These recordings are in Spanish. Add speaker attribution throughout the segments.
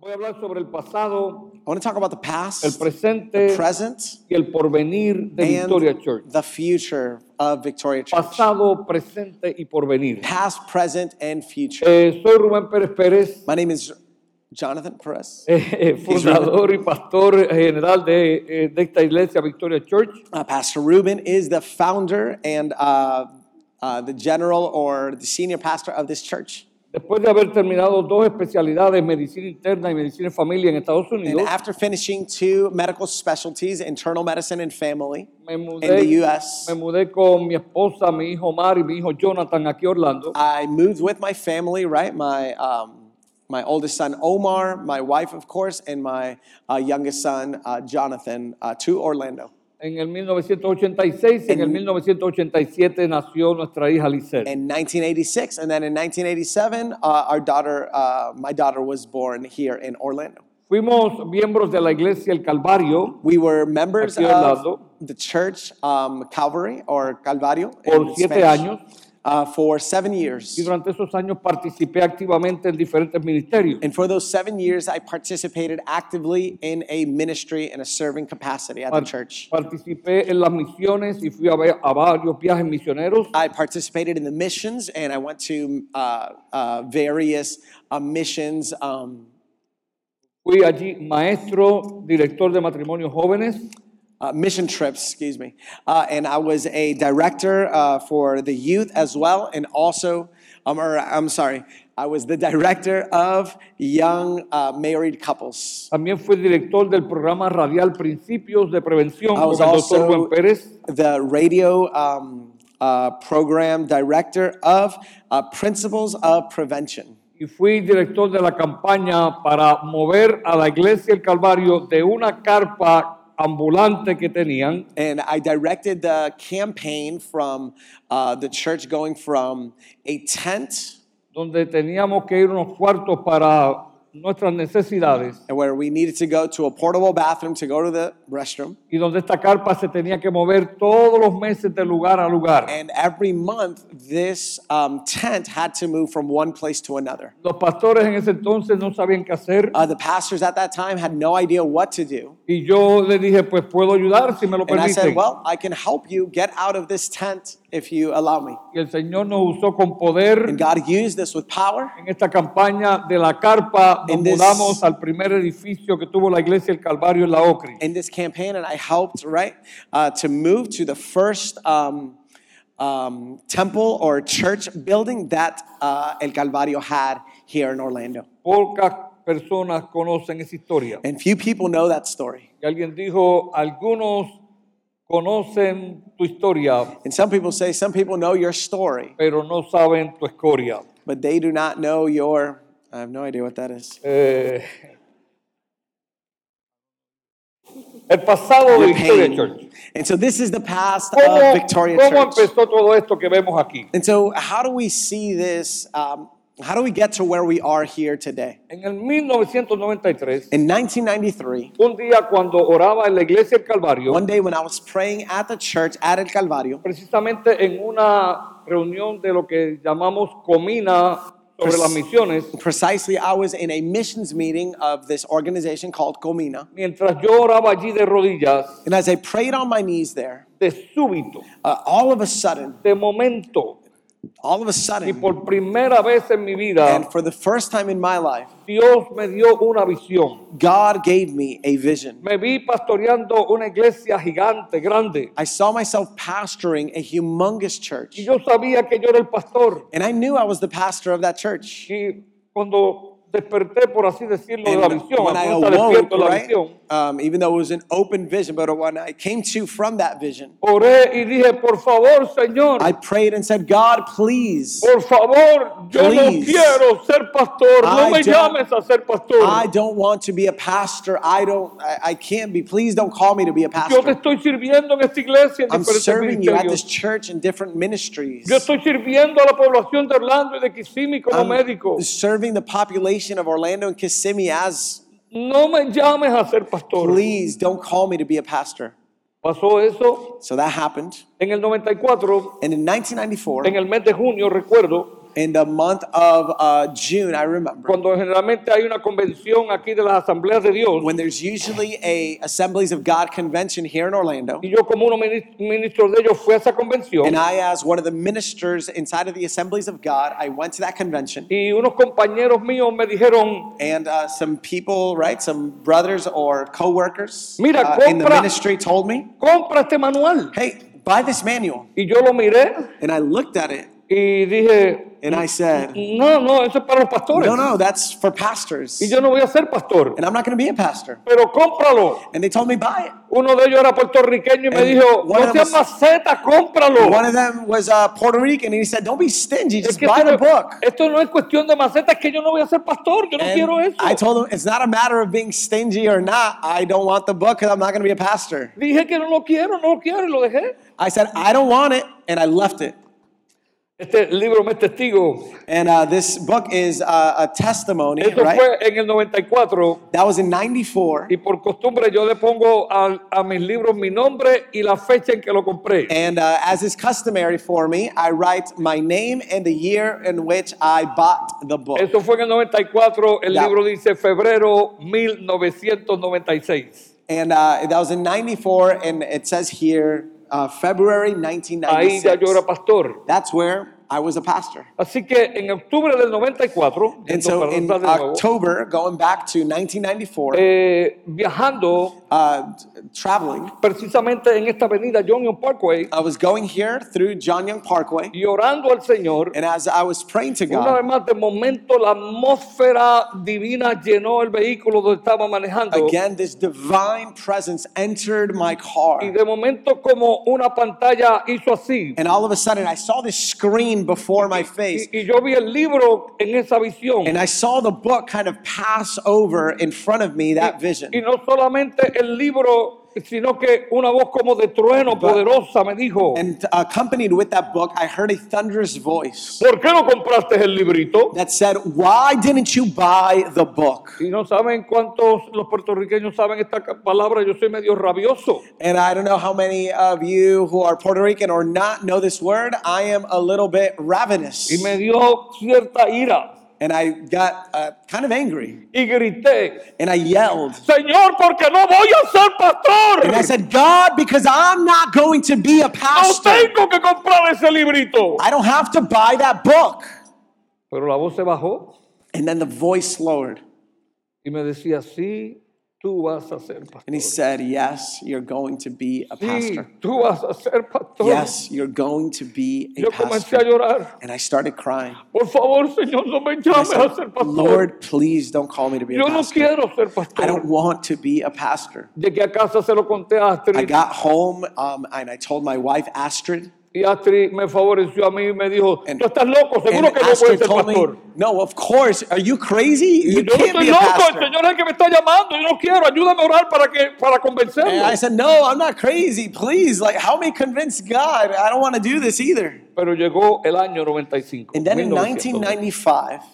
Speaker 1: Voy a hablar sobre el pasado,
Speaker 2: I want to talk about the
Speaker 1: el
Speaker 2: past,
Speaker 1: presente
Speaker 2: present,
Speaker 1: y el porvenir de
Speaker 2: and
Speaker 1: Victoria Church.
Speaker 2: the future of Victoria Church.
Speaker 1: Pasado, presente y porvenir.
Speaker 2: Past, present, and future.
Speaker 1: Eh, soy Rubén Pérez Pérez,
Speaker 2: My name is Jonathan Perez,
Speaker 1: eh, eh, fundador y pastor general de, eh, de esta iglesia Victoria Church.
Speaker 2: Uh, Pastor Ruben is the founder and uh, uh, the general or the senior pastor of this church.
Speaker 1: Después de haber terminado dos especialidades, medicina interna y medicina en familia en Estados
Speaker 2: And
Speaker 1: Unidos,
Speaker 2: after finishing two medical specialties, internal medicine and family,
Speaker 1: me
Speaker 2: in the
Speaker 1: mudé,
Speaker 2: U.S.,
Speaker 1: me mudé con mi esposa, mi hijo Omar y mi hijo Jonathan aquí a Orlando.
Speaker 2: I moved with my family, right? My um, my oldest son Omar, my wife, of course, and my uh, youngest son uh, Jonathan uh, to Orlando.
Speaker 1: En el 1986 y en el 1987 nació nuestra hija Lisette.
Speaker 2: In 1986, and then in 1987, uh, our daughter, uh, my daughter, was born here in Orlando.
Speaker 1: Fuimos miembros de la iglesia El Calvario
Speaker 2: We were members
Speaker 1: Aquí
Speaker 2: of
Speaker 1: Orlando.
Speaker 2: the church um, Calvary or Calvario
Speaker 1: por
Speaker 2: in
Speaker 1: siete
Speaker 2: Spanish,
Speaker 1: años
Speaker 2: uh, for seven
Speaker 1: y
Speaker 2: years.
Speaker 1: durante esos años participé activamente en diferentes ministerios.
Speaker 2: And for those seven years, I participated actively in a ministry in a serving capacity at the
Speaker 1: Par-
Speaker 2: church.
Speaker 1: Participé en las misiones y fui a, ver- a varios viajes misioneros.
Speaker 2: I participated in the missions and I went to uh, uh, various uh, missions. Um,
Speaker 1: Fui allí maestro, director de matrimonios jóvenes,
Speaker 2: uh, mission trips, excuse me. Uh, and I was a director uh, for the youth as well, and also, um, or I'm sorry, I was the director of young uh, married couples.
Speaker 1: también fui director del programa radial Principios de Prevención
Speaker 2: I was
Speaker 1: con el doctor
Speaker 2: also
Speaker 1: Juan Pérez.
Speaker 2: the radio um, uh, program director of uh, Principles of Prevention.
Speaker 1: y fui director de la campaña para mover a la iglesia El Calvario de una carpa ambulante que tenían
Speaker 2: And I directed the campaign from uh, the church going from a tent
Speaker 1: donde teníamos que ir a unos cuartos para nuestras necesidades
Speaker 2: and where we needed to go to a portable bathroom to go to the restroom.
Speaker 1: y donde esta carpa se tenía que mover todos los meses de lugar a lugar.
Speaker 2: And every month, this um, tent had to move from one place to another.
Speaker 1: Los pastores en ese entonces no sabían qué hacer
Speaker 2: Uh, the pastors at that time had no idea what to do.
Speaker 1: y yo le dije, pues puedo ayudar si me lo
Speaker 2: And I said,
Speaker 1: permiten.
Speaker 2: Well, I can help you get out of this tent if you allow me.
Speaker 1: Y el Señor nos usó con poder.
Speaker 2: And God used this with power.
Speaker 1: En esta campaña de la carpa nos
Speaker 2: In this-
Speaker 1: mudamos al primer edificio que tuvo la iglesia El Calvario en la Ocri.
Speaker 2: in this campaign, and I helped right uh, to move to the first um, um, temple or church building that uh, El Calvario had here in Orlando.
Speaker 1: Pocas personas conocen esa historia.
Speaker 2: And few people know that story.
Speaker 1: Y alguien dijo, algunos conocen tu historia,
Speaker 2: And some people say some people know your story,
Speaker 1: pero no saben tu escoria.
Speaker 2: but they do not know your. I have no idea what that is.
Speaker 1: Eh, el pasado de
Speaker 2: Your
Speaker 1: Victoria
Speaker 2: pain.
Speaker 1: Church.
Speaker 2: And so this is the past
Speaker 1: ¿Cómo,
Speaker 2: of Victoria
Speaker 1: cómo
Speaker 2: Church.
Speaker 1: empezó todo esto que vemos aquí?
Speaker 2: And so how do we see this? Um, how do we get to where we are here today?
Speaker 1: En el 1993,
Speaker 2: In 1993.
Speaker 1: un día cuando oraba en la iglesia del Calvario,
Speaker 2: One day when I was praying at the church at El Calvario,
Speaker 1: precisamente en una reunión de lo que llamamos comina sobre
Speaker 2: Pues-
Speaker 1: las misiones,
Speaker 2: precisely I was in a missions meeting of this organization called Comina.
Speaker 1: mientras yo oraba allí de rodillas,
Speaker 2: And as I prayed on my knees there,
Speaker 1: de súbito,
Speaker 2: uh, all of a sudden,
Speaker 1: de momento,
Speaker 2: all of a
Speaker 1: y
Speaker 2: sudden,
Speaker 1: por primera vez en mi vida,
Speaker 2: and for the first time in my life,
Speaker 1: Dios me dio una visión.
Speaker 2: God gave me a vision.
Speaker 1: Me vi pastoreando una iglesia gigante, grande,
Speaker 2: I saw myself pastoring a humongous church.
Speaker 1: y yo sabía que yo era el pastor.
Speaker 2: And I knew I was the pastor of that church.
Speaker 1: Y cuando desperté, por así decirlo, de
Speaker 2: And
Speaker 1: la visión,
Speaker 2: when I
Speaker 1: cuando está
Speaker 2: awoke,
Speaker 1: despierto de la
Speaker 2: right,
Speaker 1: visión,
Speaker 2: um, even though it was an open vision, but when I came to from that vision,
Speaker 1: oré y dije, por favor, Señor,
Speaker 2: I prayed and said, God, please.
Speaker 1: Por favor, yo no
Speaker 2: Please.
Speaker 1: quiero ser pastor. No
Speaker 2: I
Speaker 1: me
Speaker 2: don't-
Speaker 1: llames a ser pastor.
Speaker 2: I don't want to be a pastor. I don't. I, I can't be. Please don't call me to be a
Speaker 1: Yo te
Speaker 2: pastor.
Speaker 1: estoy sirviendo en esta iglesia en
Speaker 2: I'm
Speaker 1: diferentes
Speaker 2: serving you at this
Speaker 1: ministerios.
Speaker 2: church in different ministries.
Speaker 1: Yo estoy sirviendo a la población de Orlando y de Kissimmee como médico.
Speaker 2: I'm serving the population of Orlando and Kissimmee as.
Speaker 1: No me llames a ser pastor.
Speaker 2: Please don't call me to be a pastor.
Speaker 1: Pasó eso
Speaker 2: So that happened.
Speaker 1: en el 94,
Speaker 2: And in 1994,
Speaker 1: en el mes de junio, recuerdo.
Speaker 2: in the month of uh, June, I remember,
Speaker 1: Cuando generalmente hay una convención aquí de las asambleas de Dios,
Speaker 2: when there's usually a Assemblies of God convention here in Orlando,
Speaker 1: y yo como uno mini- ministro de ellos fui a esa convención
Speaker 2: and I, as one of the ministers inside of the Assemblies of God, I went to that convention,
Speaker 1: y unos compañeros míos me dijeron,
Speaker 2: and uh, some people, right, some brothers or co-workers
Speaker 1: Mira,
Speaker 2: uh, in the
Speaker 1: compra-
Speaker 2: ministry told me,
Speaker 1: compra este manual.
Speaker 2: hey, buy this manual.
Speaker 1: Y yo lo miré
Speaker 2: And I looked at it,
Speaker 1: y dije,
Speaker 2: and I said,
Speaker 1: no, no, eso es para los pastores.
Speaker 2: no, no, that's for pastors,
Speaker 1: Y yo no voy a ser pastor,
Speaker 2: and I'm not going to be a pastor.
Speaker 1: pero cómpralo.
Speaker 2: And they told me, buy it.
Speaker 1: Uno de ellos era puertorriqueño y me
Speaker 2: And
Speaker 1: dijo,
Speaker 2: one
Speaker 1: no
Speaker 2: of
Speaker 1: seas
Speaker 2: us-
Speaker 1: maceta, cómpralo.
Speaker 2: One of them was uh, Puerto Rican, and he said, "Don't be stingy,
Speaker 1: Es
Speaker 2: just
Speaker 1: que
Speaker 2: buy
Speaker 1: esto,
Speaker 2: the
Speaker 1: no,
Speaker 2: book."
Speaker 1: esto no es cuestión de maceta, es que yo no voy a ser pastor, yo no
Speaker 2: And
Speaker 1: quiero eso.
Speaker 2: I told him it's not a matter of being stingy or not. I don't want the book because I'm not going to be a pastor.
Speaker 1: Dije que no lo quiero, no lo quiero y lo dejé.
Speaker 2: I said I don't want it, and I left it.
Speaker 1: Este libro me es testigo.
Speaker 2: And uh, this book is uh, a testimony,
Speaker 1: Esto
Speaker 2: right?
Speaker 1: fue en el 94
Speaker 2: That was in '94,
Speaker 1: y por costumbre yo le pongo al- a, mis libros mi nombre y la fecha en que lo compré.
Speaker 2: and uh, as is customary for me, I write my name and the year in which I bought the book.
Speaker 1: Eso fue en el 94, el
Speaker 2: Ya.
Speaker 1: libro dice febrero 1996.
Speaker 2: And uh, that was in '94, and it says here uh, February
Speaker 1: Ahí ya yo era
Speaker 2: 1996.
Speaker 1: pastor.
Speaker 2: That's where I was a pastor.
Speaker 1: Así que en octubre del 94,
Speaker 2: And
Speaker 1: yendo
Speaker 2: so
Speaker 1: para
Speaker 2: in
Speaker 1: atrás de nuevo,
Speaker 2: October, going back to 1994,
Speaker 1: eh, viajando
Speaker 2: uh, traveling,
Speaker 1: precisamente en esta avenida John Young Parkway
Speaker 2: I was going here through John Young Parkway.
Speaker 1: y orando al Señor,
Speaker 2: And as I was praying to
Speaker 1: una vez
Speaker 2: God,
Speaker 1: más de momento la atmósfera divina llenó el vehículo donde estaba manejando
Speaker 2: again, this divine presence entered my
Speaker 1: y
Speaker 2: car.
Speaker 1: de momento como una pantalla hizo así
Speaker 2: And all of a sudden, I saw this screen before my face.
Speaker 1: y, y yo vi el libro en esa visión
Speaker 2: And I saw the book kind of pass over in front of me, that vision.
Speaker 1: y no solamente el libro sino que una voz como de trueno poderosa me dijo
Speaker 2: And uh, accompanied with that book, I heard a thunderous voice
Speaker 1: ¿por qué no compraste el librito?
Speaker 2: that said, Why didn't you buy the book?
Speaker 1: Si no saben cuántos los puertorriqueños saben esta ca- palabra, yo soy medio rabioso.
Speaker 2: And I don't know how many of you who are Puerto Rican or not know this word. I am a little bit ravenous.
Speaker 1: Y me dio cierta ira.
Speaker 2: And I got uh, kind of angry.
Speaker 1: Y grité,
Speaker 2: And I yelled.
Speaker 1: Señor, porque no voy a ser pastor.
Speaker 2: And I said, God, because I'm not going to be a
Speaker 1: no
Speaker 2: pastor,
Speaker 1: tengo que comprar ese librito.
Speaker 2: I don't have to buy that book.
Speaker 1: Pero la voz se bajó
Speaker 2: And then the voice lowered.
Speaker 1: y me decía, sí, tú vas a ser pastor.
Speaker 2: And he said, Yes, you're going to be a
Speaker 1: Sí,
Speaker 2: pastor.
Speaker 1: tú vas a ser pastor.
Speaker 2: Yes, you're going to be a
Speaker 1: yo comencé a
Speaker 2: pastor.
Speaker 1: llorar.
Speaker 2: And I started crying.
Speaker 1: Por favor, Señor, no me
Speaker 2: I
Speaker 1: llames
Speaker 2: said,
Speaker 1: a ser pastor.
Speaker 2: Lord, please don't call me to be a
Speaker 1: yo no
Speaker 2: pastor.
Speaker 1: quiero ser
Speaker 2: I don't
Speaker 1: pastor.
Speaker 2: want to be a pastor.
Speaker 1: Llegué a casa, se lo conté a Astrid.
Speaker 2: I got home um, and I told my wife Astrid,
Speaker 1: Y Astrid me favoreció a mí y me dijo,
Speaker 2: And-
Speaker 1: tú estás loco,
Speaker 2: and
Speaker 1: seguro que no puedes
Speaker 2: Astrid
Speaker 1: ser
Speaker 2: told me,
Speaker 1: pastor.
Speaker 2: "No, of course. Are you crazy?
Speaker 1: Y
Speaker 2: You
Speaker 1: yo no
Speaker 2: can't
Speaker 1: estoy
Speaker 2: be a
Speaker 1: loco, el
Speaker 2: pastor."
Speaker 1: Señor es el que me está llamando, yo no quiero, ayúdame a orar para, que, para convencerlo.
Speaker 2: And I said, "No, I'm not crazy. Please, like, help me convince God. I don't want to do this either."
Speaker 1: Pero llegó el año 95.
Speaker 2: And then in
Speaker 1: 1990,
Speaker 2: 1995,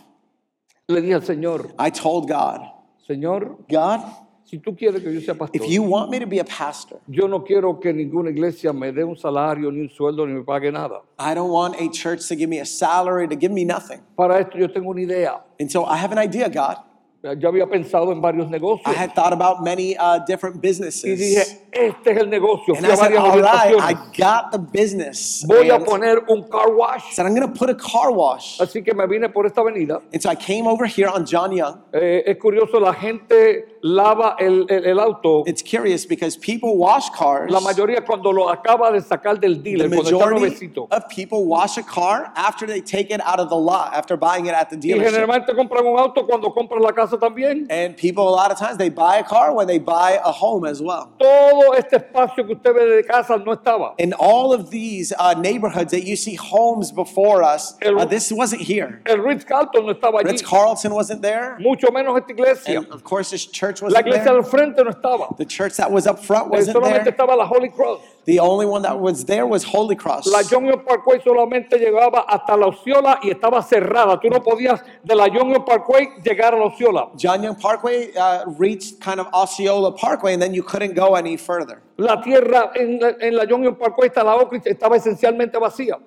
Speaker 1: le dije al Señor,
Speaker 2: I told God,
Speaker 1: Señor,
Speaker 2: "God,
Speaker 1: si tú quieres que yo sea pastor,
Speaker 2: if you want me to be a pastor,
Speaker 1: yo no quiero que ninguna iglesia me dé un salario, ni un sueldo, ni me pague nada.
Speaker 2: I don't want a church to give me a salary, to give me nothing."
Speaker 1: Para esto yo tengo una idea.
Speaker 2: And so I have an idea, God.
Speaker 1: Yo había pensado en varios negocios
Speaker 2: I had thought about many uh, different
Speaker 1: y
Speaker 2: businesses.
Speaker 1: dije, este es el negocio.
Speaker 2: And
Speaker 1: Fui
Speaker 2: I
Speaker 1: a
Speaker 2: said,
Speaker 1: varias
Speaker 2: all right,
Speaker 1: orientaciones.
Speaker 2: I got the business.
Speaker 1: Voy a
Speaker 2: And-
Speaker 1: poner un car wash.
Speaker 2: said, I'm going to put a car wash.
Speaker 1: Así que me vine por esta avenida.
Speaker 2: And so I came over here on John Young.
Speaker 1: Eh, es curioso, la gente lava el, el- el auto.
Speaker 2: It's curious because people wash cars.
Speaker 1: La mayoría cuando lo acaba de sacar del
Speaker 2: the
Speaker 1: dealer, cuando está
Speaker 2: majority
Speaker 1: nuevecito.
Speaker 2: of people wash a car after they take it out of the lot, after buying it at the
Speaker 1: Y
Speaker 2: dealership.
Speaker 1: generalmente compran un auto cuando compran la casa también.
Speaker 2: And people, a lot of times, they buy a car when they buy a home as well.
Speaker 1: Todo este espacio que usted ve de casa no estaba.
Speaker 2: In all of these uh, neighborhoods that you see homes before us,
Speaker 1: El-
Speaker 2: uh, this wasn't here.
Speaker 1: El Ritz Carlton no estaba allí.
Speaker 2: Ritz Carlton wasn't there.
Speaker 1: Mucho menos esta iglesia.
Speaker 2: And of course, this church
Speaker 1: La
Speaker 2: wasn't
Speaker 1: iglesia
Speaker 2: there.
Speaker 1: del frente no estaba.
Speaker 2: The church that was up front
Speaker 1: Eh,
Speaker 2: wasn't
Speaker 1: Solamente
Speaker 2: there.
Speaker 1: estaba la Holy Cross.
Speaker 2: The only one that was there was Holy Cross.
Speaker 1: La John Young Parkway solamente llegaba hasta la Osceola y estaba cerrada. Tú no podías de la John Young Parkway llegar a la Osceola.
Speaker 2: John Young Parkway uh, reached kind of Osceola Parkway, and then you couldn't go any further.
Speaker 1: La tierra en la, en la John Young Parkway hasta la Oakridge estaba esencialmente vacía.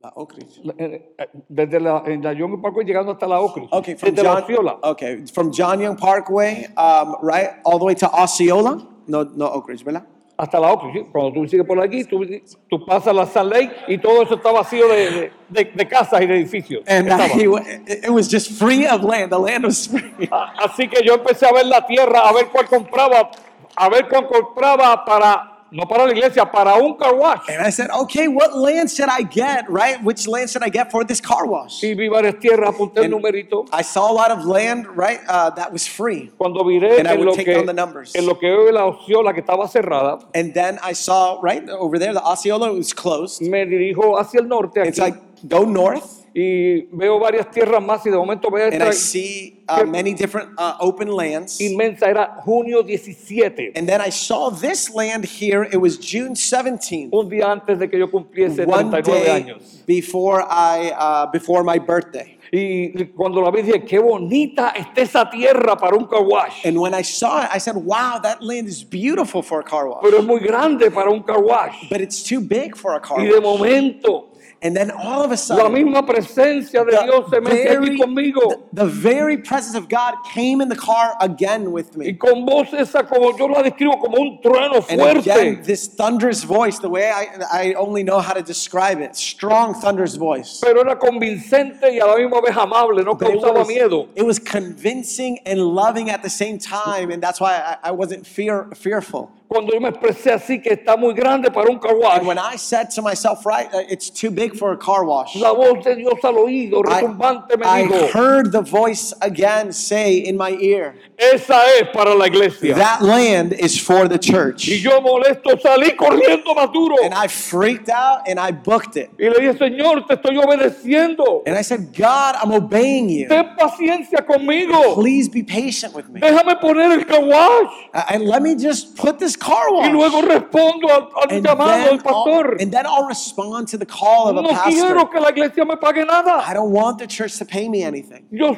Speaker 2: La Oakridge.
Speaker 1: La- eh, eh, Desde la, en la Young Parkway llegando hasta la Ocri.
Speaker 2: Okay, from
Speaker 1: desde la
Speaker 2: John.
Speaker 1: Osceola.
Speaker 2: Okay, from John Young Parkway, um, right, all the way to Osceola. No, no Oak Ridge, ¿verdad?
Speaker 1: hasta la Oakland. ¿sí? Cuando tú sigues por aquí, tú, tú pasas la Salt Lake y todo eso está vacío de, de- de- de casas y de edificios.
Speaker 2: And uh,
Speaker 1: Estaba.
Speaker 2: he, wa- it it was just free of land. The land was free.
Speaker 1: A- Así que yo empecé a ver la tierra, a ver cuál compraba, a ver cuál compraba para, no para la iglesia, para un car wash.
Speaker 2: And I said, okay, what land should I get, right? Which land should I get for this car wash?
Speaker 1: Y vi varias tierras, apunté el numerito.
Speaker 2: I saw a lot of land, right, uh, that was free.
Speaker 1: Cuando miré
Speaker 2: And I
Speaker 1: en
Speaker 2: would
Speaker 1: lo,
Speaker 2: take
Speaker 1: que,
Speaker 2: down the numbers.
Speaker 1: en lo que veo la Osceola que estaba cerrada,
Speaker 2: And then I saw, right, over there, the Osceola was closed.
Speaker 1: me dirijo hacia el norte aquí,
Speaker 2: It's like, go north,
Speaker 1: y veo varias tierras más y de momento veo
Speaker 2: and I
Speaker 1: esta
Speaker 2: see uh, many different uh, open lands.
Speaker 1: inmensa, era junio 17.
Speaker 2: And then I saw this land here. It was June 17th,
Speaker 1: un día antes de que yo cumpliese
Speaker 2: one
Speaker 1: 39
Speaker 2: day
Speaker 1: años.
Speaker 2: before I uh, before my birthday.
Speaker 1: Y cuando la vi dije, qué bonita está esa tierra para un car wash.
Speaker 2: And when I saw it, I said, "Wow, that land is beautiful for a car wash,
Speaker 1: Pero es muy grande para un car wash.
Speaker 2: but it's too big for a car
Speaker 1: Y de
Speaker 2: wash."
Speaker 1: momento,
Speaker 2: And then all of a
Speaker 1: la
Speaker 2: sudden,
Speaker 1: misma presencia de Dios se mete aquí conmigo.
Speaker 2: the, the very presence of God came in the car again with
Speaker 1: Y
Speaker 2: me.
Speaker 1: con voz esa, como yo la describo, como un trueno
Speaker 2: And
Speaker 1: fuerte.
Speaker 2: again, this thunderous voice, the way I, I only know how to describe it, strong thunderous voice.
Speaker 1: Pero era convincente y a la misma vez amable, no
Speaker 2: But it
Speaker 1: causaba
Speaker 2: was-
Speaker 1: miedo.
Speaker 2: It was convincing and loving at the same time, and that's why I, I wasn't fear, fearful.
Speaker 1: Cuando yo me expresé así, que está muy grande para un car
Speaker 2: And
Speaker 1: wash,
Speaker 2: when I said to myself, right, uh, it's too big for a car wash.
Speaker 1: la voz de Dios al oído,
Speaker 2: I,
Speaker 1: retumbante, me
Speaker 2: I
Speaker 1: dijo,
Speaker 2: heard the voice again say in my ear,
Speaker 1: esa es para la iglesia.
Speaker 2: that land is for the church.
Speaker 1: Y yo molesto salí corriendo más duro.
Speaker 2: And I freaked out and I booked it.
Speaker 1: Y le dije, Señor, te estoy obedeciendo.
Speaker 2: And I said, God, I'm obeying you.
Speaker 1: Ten paciencia conmigo.
Speaker 2: Please be patient with me.
Speaker 1: Déjame poner el kawash.
Speaker 2: Uh, And let me just put this car wash.
Speaker 1: Y luego respondo al, al
Speaker 2: and,
Speaker 1: llamado del
Speaker 2: then
Speaker 1: pastor.
Speaker 2: I'll, and then I'll respond to the call of a
Speaker 1: No
Speaker 2: pastor.
Speaker 1: quiero que la iglesia me pague nada.
Speaker 2: I don't want the church to pay me anything.
Speaker 1: Yo,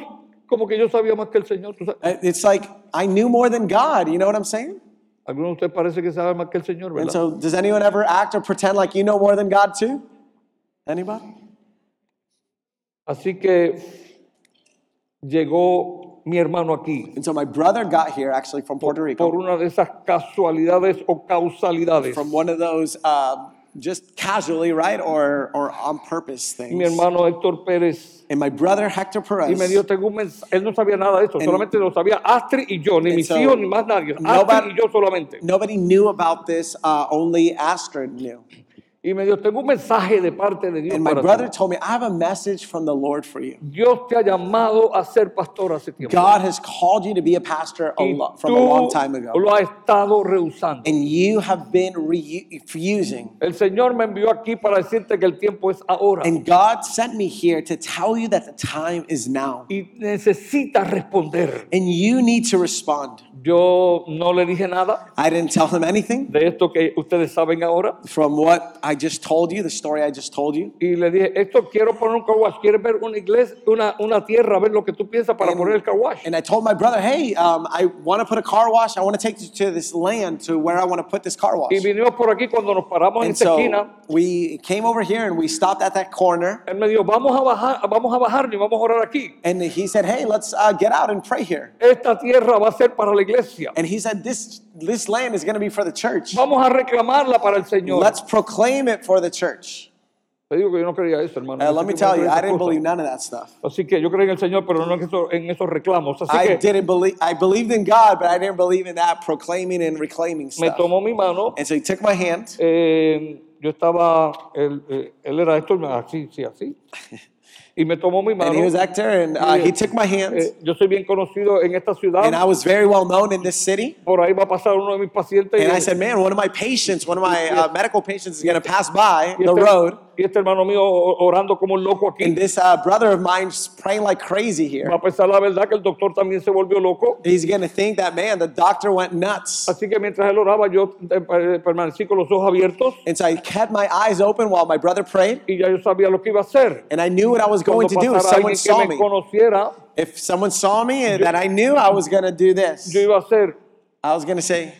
Speaker 1: como que yo sabía más que el Señor. tú sabes.
Speaker 2: Uh, It's like I knew more than God. You know what I'm saying?
Speaker 1: Algunos de ustedes parece que saben más que el Señor,
Speaker 2: And
Speaker 1: ¿verdad?
Speaker 2: so, does anyone ever act or pretend like you know more than God too? Anybody?
Speaker 1: Así que llegó mi hermano aquí
Speaker 2: And so, my brother got here actually from Puerto
Speaker 1: por
Speaker 2: Rico,
Speaker 1: una de esas casualidades o causalidades.
Speaker 2: from one of those uh, just casually, right, or or on purpose
Speaker 1: Mi
Speaker 2: things.
Speaker 1: hermano Héctor Pérez
Speaker 2: And my brother Hector
Speaker 1: Y
Speaker 2: Perez.
Speaker 1: me dio tengo un mensaje. Él no sabía nada de eso, solamente lo sabía Astrid y yo, ni
Speaker 2: And
Speaker 1: mis
Speaker 2: so,
Speaker 1: hijos ni más nadie. Astrid
Speaker 2: nobody-
Speaker 1: y yo solamente.
Speaker 2: Nobody knew about this. Uh, only Astrid knew.
Speaker 1: Y me dio tengo un mensaje de parte de Dios
Speaker 2: And my
Speaker 1: para ti.
Speaker 2: brother told me, "I have a message from the Lord for you.
Speaker 1: Dios te ha llamado a ser pastor hace tiempo.
Speaker 2: God has called you to be a pastor a
Speaker 1: y
Speaker 2: lo-
Speaker 1: tú
Speaker 2: from a long time ago."
Speaker 1: lo has estado rehusando.
Speaker 2: and you have been refusing.
Speaker 1: El Señor me envió aquí para decirte que el tiempo es ahora.
Speaker 2: And God sent me here to tell you that the time is now.
Speaker 1: y necesitas responder.
Speaker 2: And you need to respond.
Speaker 1: Yo no le dije nada
Speaker 2: I didn't tell him anything
Speaker 1: de esto que ustedes saben ahora.
Speaker 2: from what I just told you, the story I just told you.
Speaker 1: Y le dije, esto quiero poner un car wash. ¿Quieres ver una iglesia, una, una tierra, a ver lo que tú piensas para
Speaker 2: And-
Speaker 1: poner el car wash?
Speaker 2: And I told my brother, hey, um, I want to put a car wash. I want to take you to this land to where I want to put this car wash.
Speaker 1: Y vinimos por aquí cuando nos paramos en
Speaker 2: And
Speaker 1: esta
Speaker 2: so
Speaker 1: esquina.
Speaker 2: we came over here and we stopped at that corner.
Speaker 1: Él me dijo, vamos a bajar, vamos a bajar y vamos a orar aquí.
Speaker 2: And he said, hey, let's uh, get out and pray here.
Speaker 1: Esta tierra va a ser para la iglesia.
Speaker 2: And he said, this, this land is going to be for the church.
Speaker 1: Vamos a reclamarla para el Señor.
Speaker 2: Let's proclaim it for the church.
Speaker 1: Te digo que yo no creía eso, hermano.
Speaker 2: Uh,
Speaker 1: Yo
Speaker 2: let
Speaker 1: sé
Speaker 2: me
Speaker 1: que
Speaker 2: tell
Speaker 1: no
Speaker 2: you,
Speaker 1: creía
Speaker 2: I
Speaker 1: esas
Speaker 2: didn't
Speaker 1: cosas.
Speaker 2: believe none of that stuff.
Speaker 1: Así que yo creí en el Señor, pero no en, eso- en esos reclamos. Así que
Speaker 2: I didn't believe. I believed in God, but I didn't believe in that proclaiming and reclaiming
Speaker 1: me
Speaker 2: stuff.
Speaker 1: tomó mi mano.
Speaker 2: And so he took my hand.
Speaker 1: eh, yo estaba, él, eh, él era esto, así, sí, así. Y me tomó mi
Speaker 2: And he was
Speaker 1: mano.
Speaker 2: actor, and uh, he took my hand.
Speaker 1: Eh, yo soy bien conocido en esta
Speaker 2: And I
Speaker 1: ciudad.
Speaker 2: was very well known in this city.
Speaker 1: Por ahí va a pasar uno de mis pacientes. y-
Speaker 2: And I said, man, one of my patients, one of my uh, medical patients is going to pass by
Speaker 1: Y
Speaker 2: the
Speaker 1: este-
Speaker 2: road.
Speaker 1: Y este hermano mío o- orando como un loco aquí.
Speaker 2: And this uh, brother of mine's praying like crazy here.
Speaker 1: A pesar la verdad que el doctor también se volvió loco.
Speaker 2: He's going to think that, man, the doctor went nuts.
Speaker 1: Así que mientras él oraba, yo eh, eh, permanecí con los ojos abiertos
Speaker 2: And so I kept my eyes open while my brother prayed.
Speaker 1: y ya yo sabía lo que iba a hacer.
Speaker 2: And I knew what I was going
Speaker 1: Cuando
Speaker 2: to do if
Speaker 1: pasara
Speaker 2: someone
Speaker 1: alguien
Speaker 2: saw
Speaker 1: que me
Speaker 2: me.
Speaker 1: conociera,
Speaker 2: If someone saw me and that I knew I was going to do this,
Speaker 1: yo iba a hacer.
Speaker 2: I was going to say,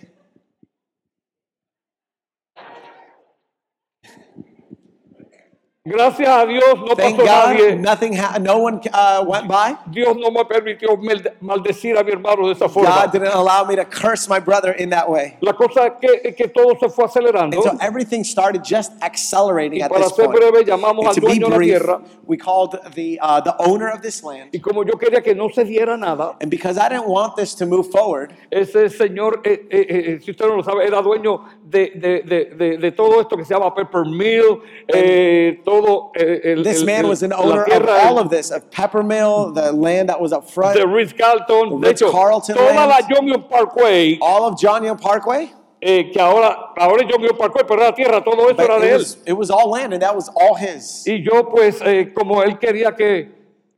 Speaker 1: Gracias a Dios no
Speaker 2: Thank
Speaker 1: pasó
Speaker 2: God,
Speaker 1: nadie.
Speaker 2: nothing, ha- no one uh, went by.
Speaker 1: Dios no me permitió mel- maldecir a mi hermano de esa forma.
Speaker 2: God didn't allow me to curse my brother in that way.
Speaker 1: La cosa es que, es que todo se fue acelerando.
Speaker 2: And so everything started just accelerating
Speaker 1: Y
Speaker 2: at
Speaker 1: para
Speaker 2: this
Speaker 1: ser
Speaker 2: point.
Speaker 1: breve, llamamos
Speaker 2: And
Speaker 1: al
Speaker 2: to be
Speaker 1: dueño de la
Speaker 2: brief,
Speaker 1: tierra.
Speaker 2: we called the, uh, the owner of this land.
Speaker 1: Y como yo quería que no se diera nada,
Speaker 2: And because I didn't want this to move forward,
Speaker 1: ese señor, eh, eh, eh, si usted no lo sabe, era dueño de, de- de- de- de todo esto que se llama Pepper Mill, eh, todo eh, el,
Speaker 2: this
Speaker 1: el-
Speaker 2: man
Speaker 1: el-
Speaker 2: was an
Speaker 1: la
Speaker 2: owner of
Speaker 1: tierra
Speaker 2: all of this, of Peppermill, the land that was up front,
Speaker 1: de Ritz Carlton, de hecho,
Speaker 2: Ritz-Carlton
Speaker 1: toda la
Speaker 2: lands.
Speaker 1: John Muir Parkway,
Speaker 2: all of John Young Parkway.
Speaker 1: eh, que ahora, ahora es John Muir Parkway, pero era tierra, todo eso
Speaker 2: But
Speaker 1: era de
Speaker 2: it,
Speaker 1: él.
Speaker 2: was, it was all land, and that was all his.
Speaker 1: Y yo, pues, eh, como él quería que,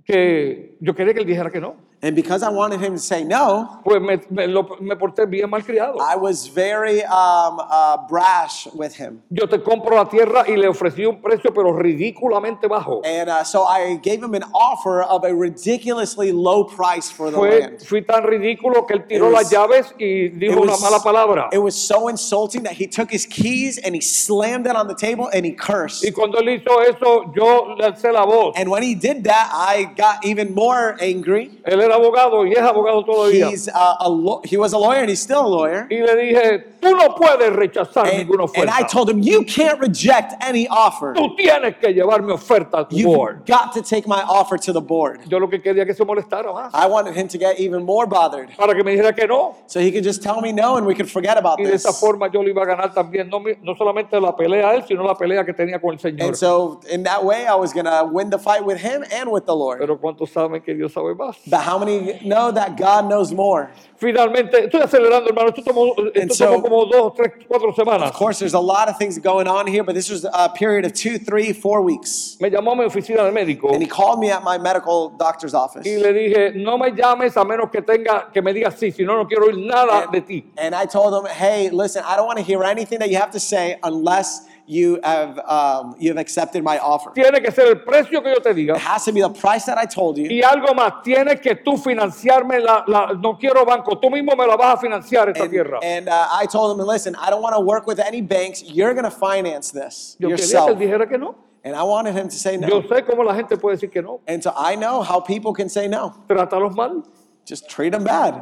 Speaker 1: que, yo quería que él dijera que no,
Speaker 2: And because I wanted him to say no,
Speaker 1: pues me, me lo- me porté bien malcriado.
Speaker 2: I was very um, uh, brash with him.
Speaker 1: Yo te compro la tierra y le ofrecí un precio, pero ridículamente bajo.
Speaker 2: And uh, so I gave him an offer of a ridiculously low price for the
Speaker 1: Fue,
Speaker 2: land.
Speaker 1: fui tan ridículo que él tiró
Speaker 2: It was-
Speaker 1: las llaves y dijo una mala palabra.
Speaker 2: it was so insulting that he took his keys and he slammed it on the table and he cursed.
Speaker 1: Y cuando él hizo eso, yo le alcé la voz.
Speaker 2: And when he did that, I got even more angry.
Speaker 1: Él era abogado y es abogado todavía.
Speaker 2: He's uh, a lo- he was a lawyer and he's still a lawyer.
Speaker 1: Oh, Y le dije, tú no puedes rechazar
Speaker 2: And,
Speaker 1: ninguna
Speaker 2: and I
Speaker 1: oferta.
Speaker 2: told him, you can't reject any offer.
Speaker 1: Tú tienes que llevar mi oferta a tu
Speaker 2: You've
Speaker 1: board.
Speaker 2: got to take my offer to the board.
Speaker 1: Yo lo que quería que se molestara más.
Speaker 2: I wanted him to get even more bothered
Speaker 1: Para que me dijera que no.
Speaker 2: so he could just tell me no and we could forget about
Speaker 1: Y de
Speaker 2: this.
Speaker 1: esa forma yo le iba a ganar también, no, mi- no solamente la pelea a él, sino la pelea que tenía con el Señor.
Speaker 2: And so in that way, I was going to win the fight with him and with the Lord.
Speaker 1: Pero ¿cuántos saben que Dios sabe más?
Speaker 2: But how many know that God knows more?
Speaker 1: Finalmente, estoy acelerando, hermano. Esto tomó, esto
Speaker 2: so-
Speaker 1: tomó como dos, tres, cuatro semanas.
Speaker 2: Of course, there's a lot of things going on here, but this was a period of two, three, four weeks.
Speaker 1: Me llamó a mi oficina de médico
Speaker 2: And he called me at my medical doctor's office.
Speaker 1: y le dije, no me llames a menos que tenga, que me digas sí, si no, no quiero oír
Speaker 2: Eh.
Speaker 1: nada de ti.
Speaker 2: And I told him, hey, listen, I don't want to hear anything that you have to say unless you have, um, you have accepted my offer. It
Speaker 1: Tiene que ser el precio que yo te diga.
Speaker 2: has to be the price that I told you.
Speaker 1: Y algo más, tienes que tú financiarme la, la- no quiero banco, tú mismo me la vas a financiar esta
Speaker 2: And,
Speaker 1: tierra.
Speaker 2: and, uh, I told him, listen, I don't want to work with any banks. You're going to finance this
Speaker 1: Yo quería que él
Speaker 2: yourself.
Speaker 1: dijera que no.
Speaker 2: And I wanted him to say
Speaker 1: Yo
Speaker 2: no.
Speaker 1: sé cómo la gente puede decir que no.
Speaker 2: And so I know how people can say no.
Speaker 1: Trátalos mal.
Speaker 2: Just treat them bad.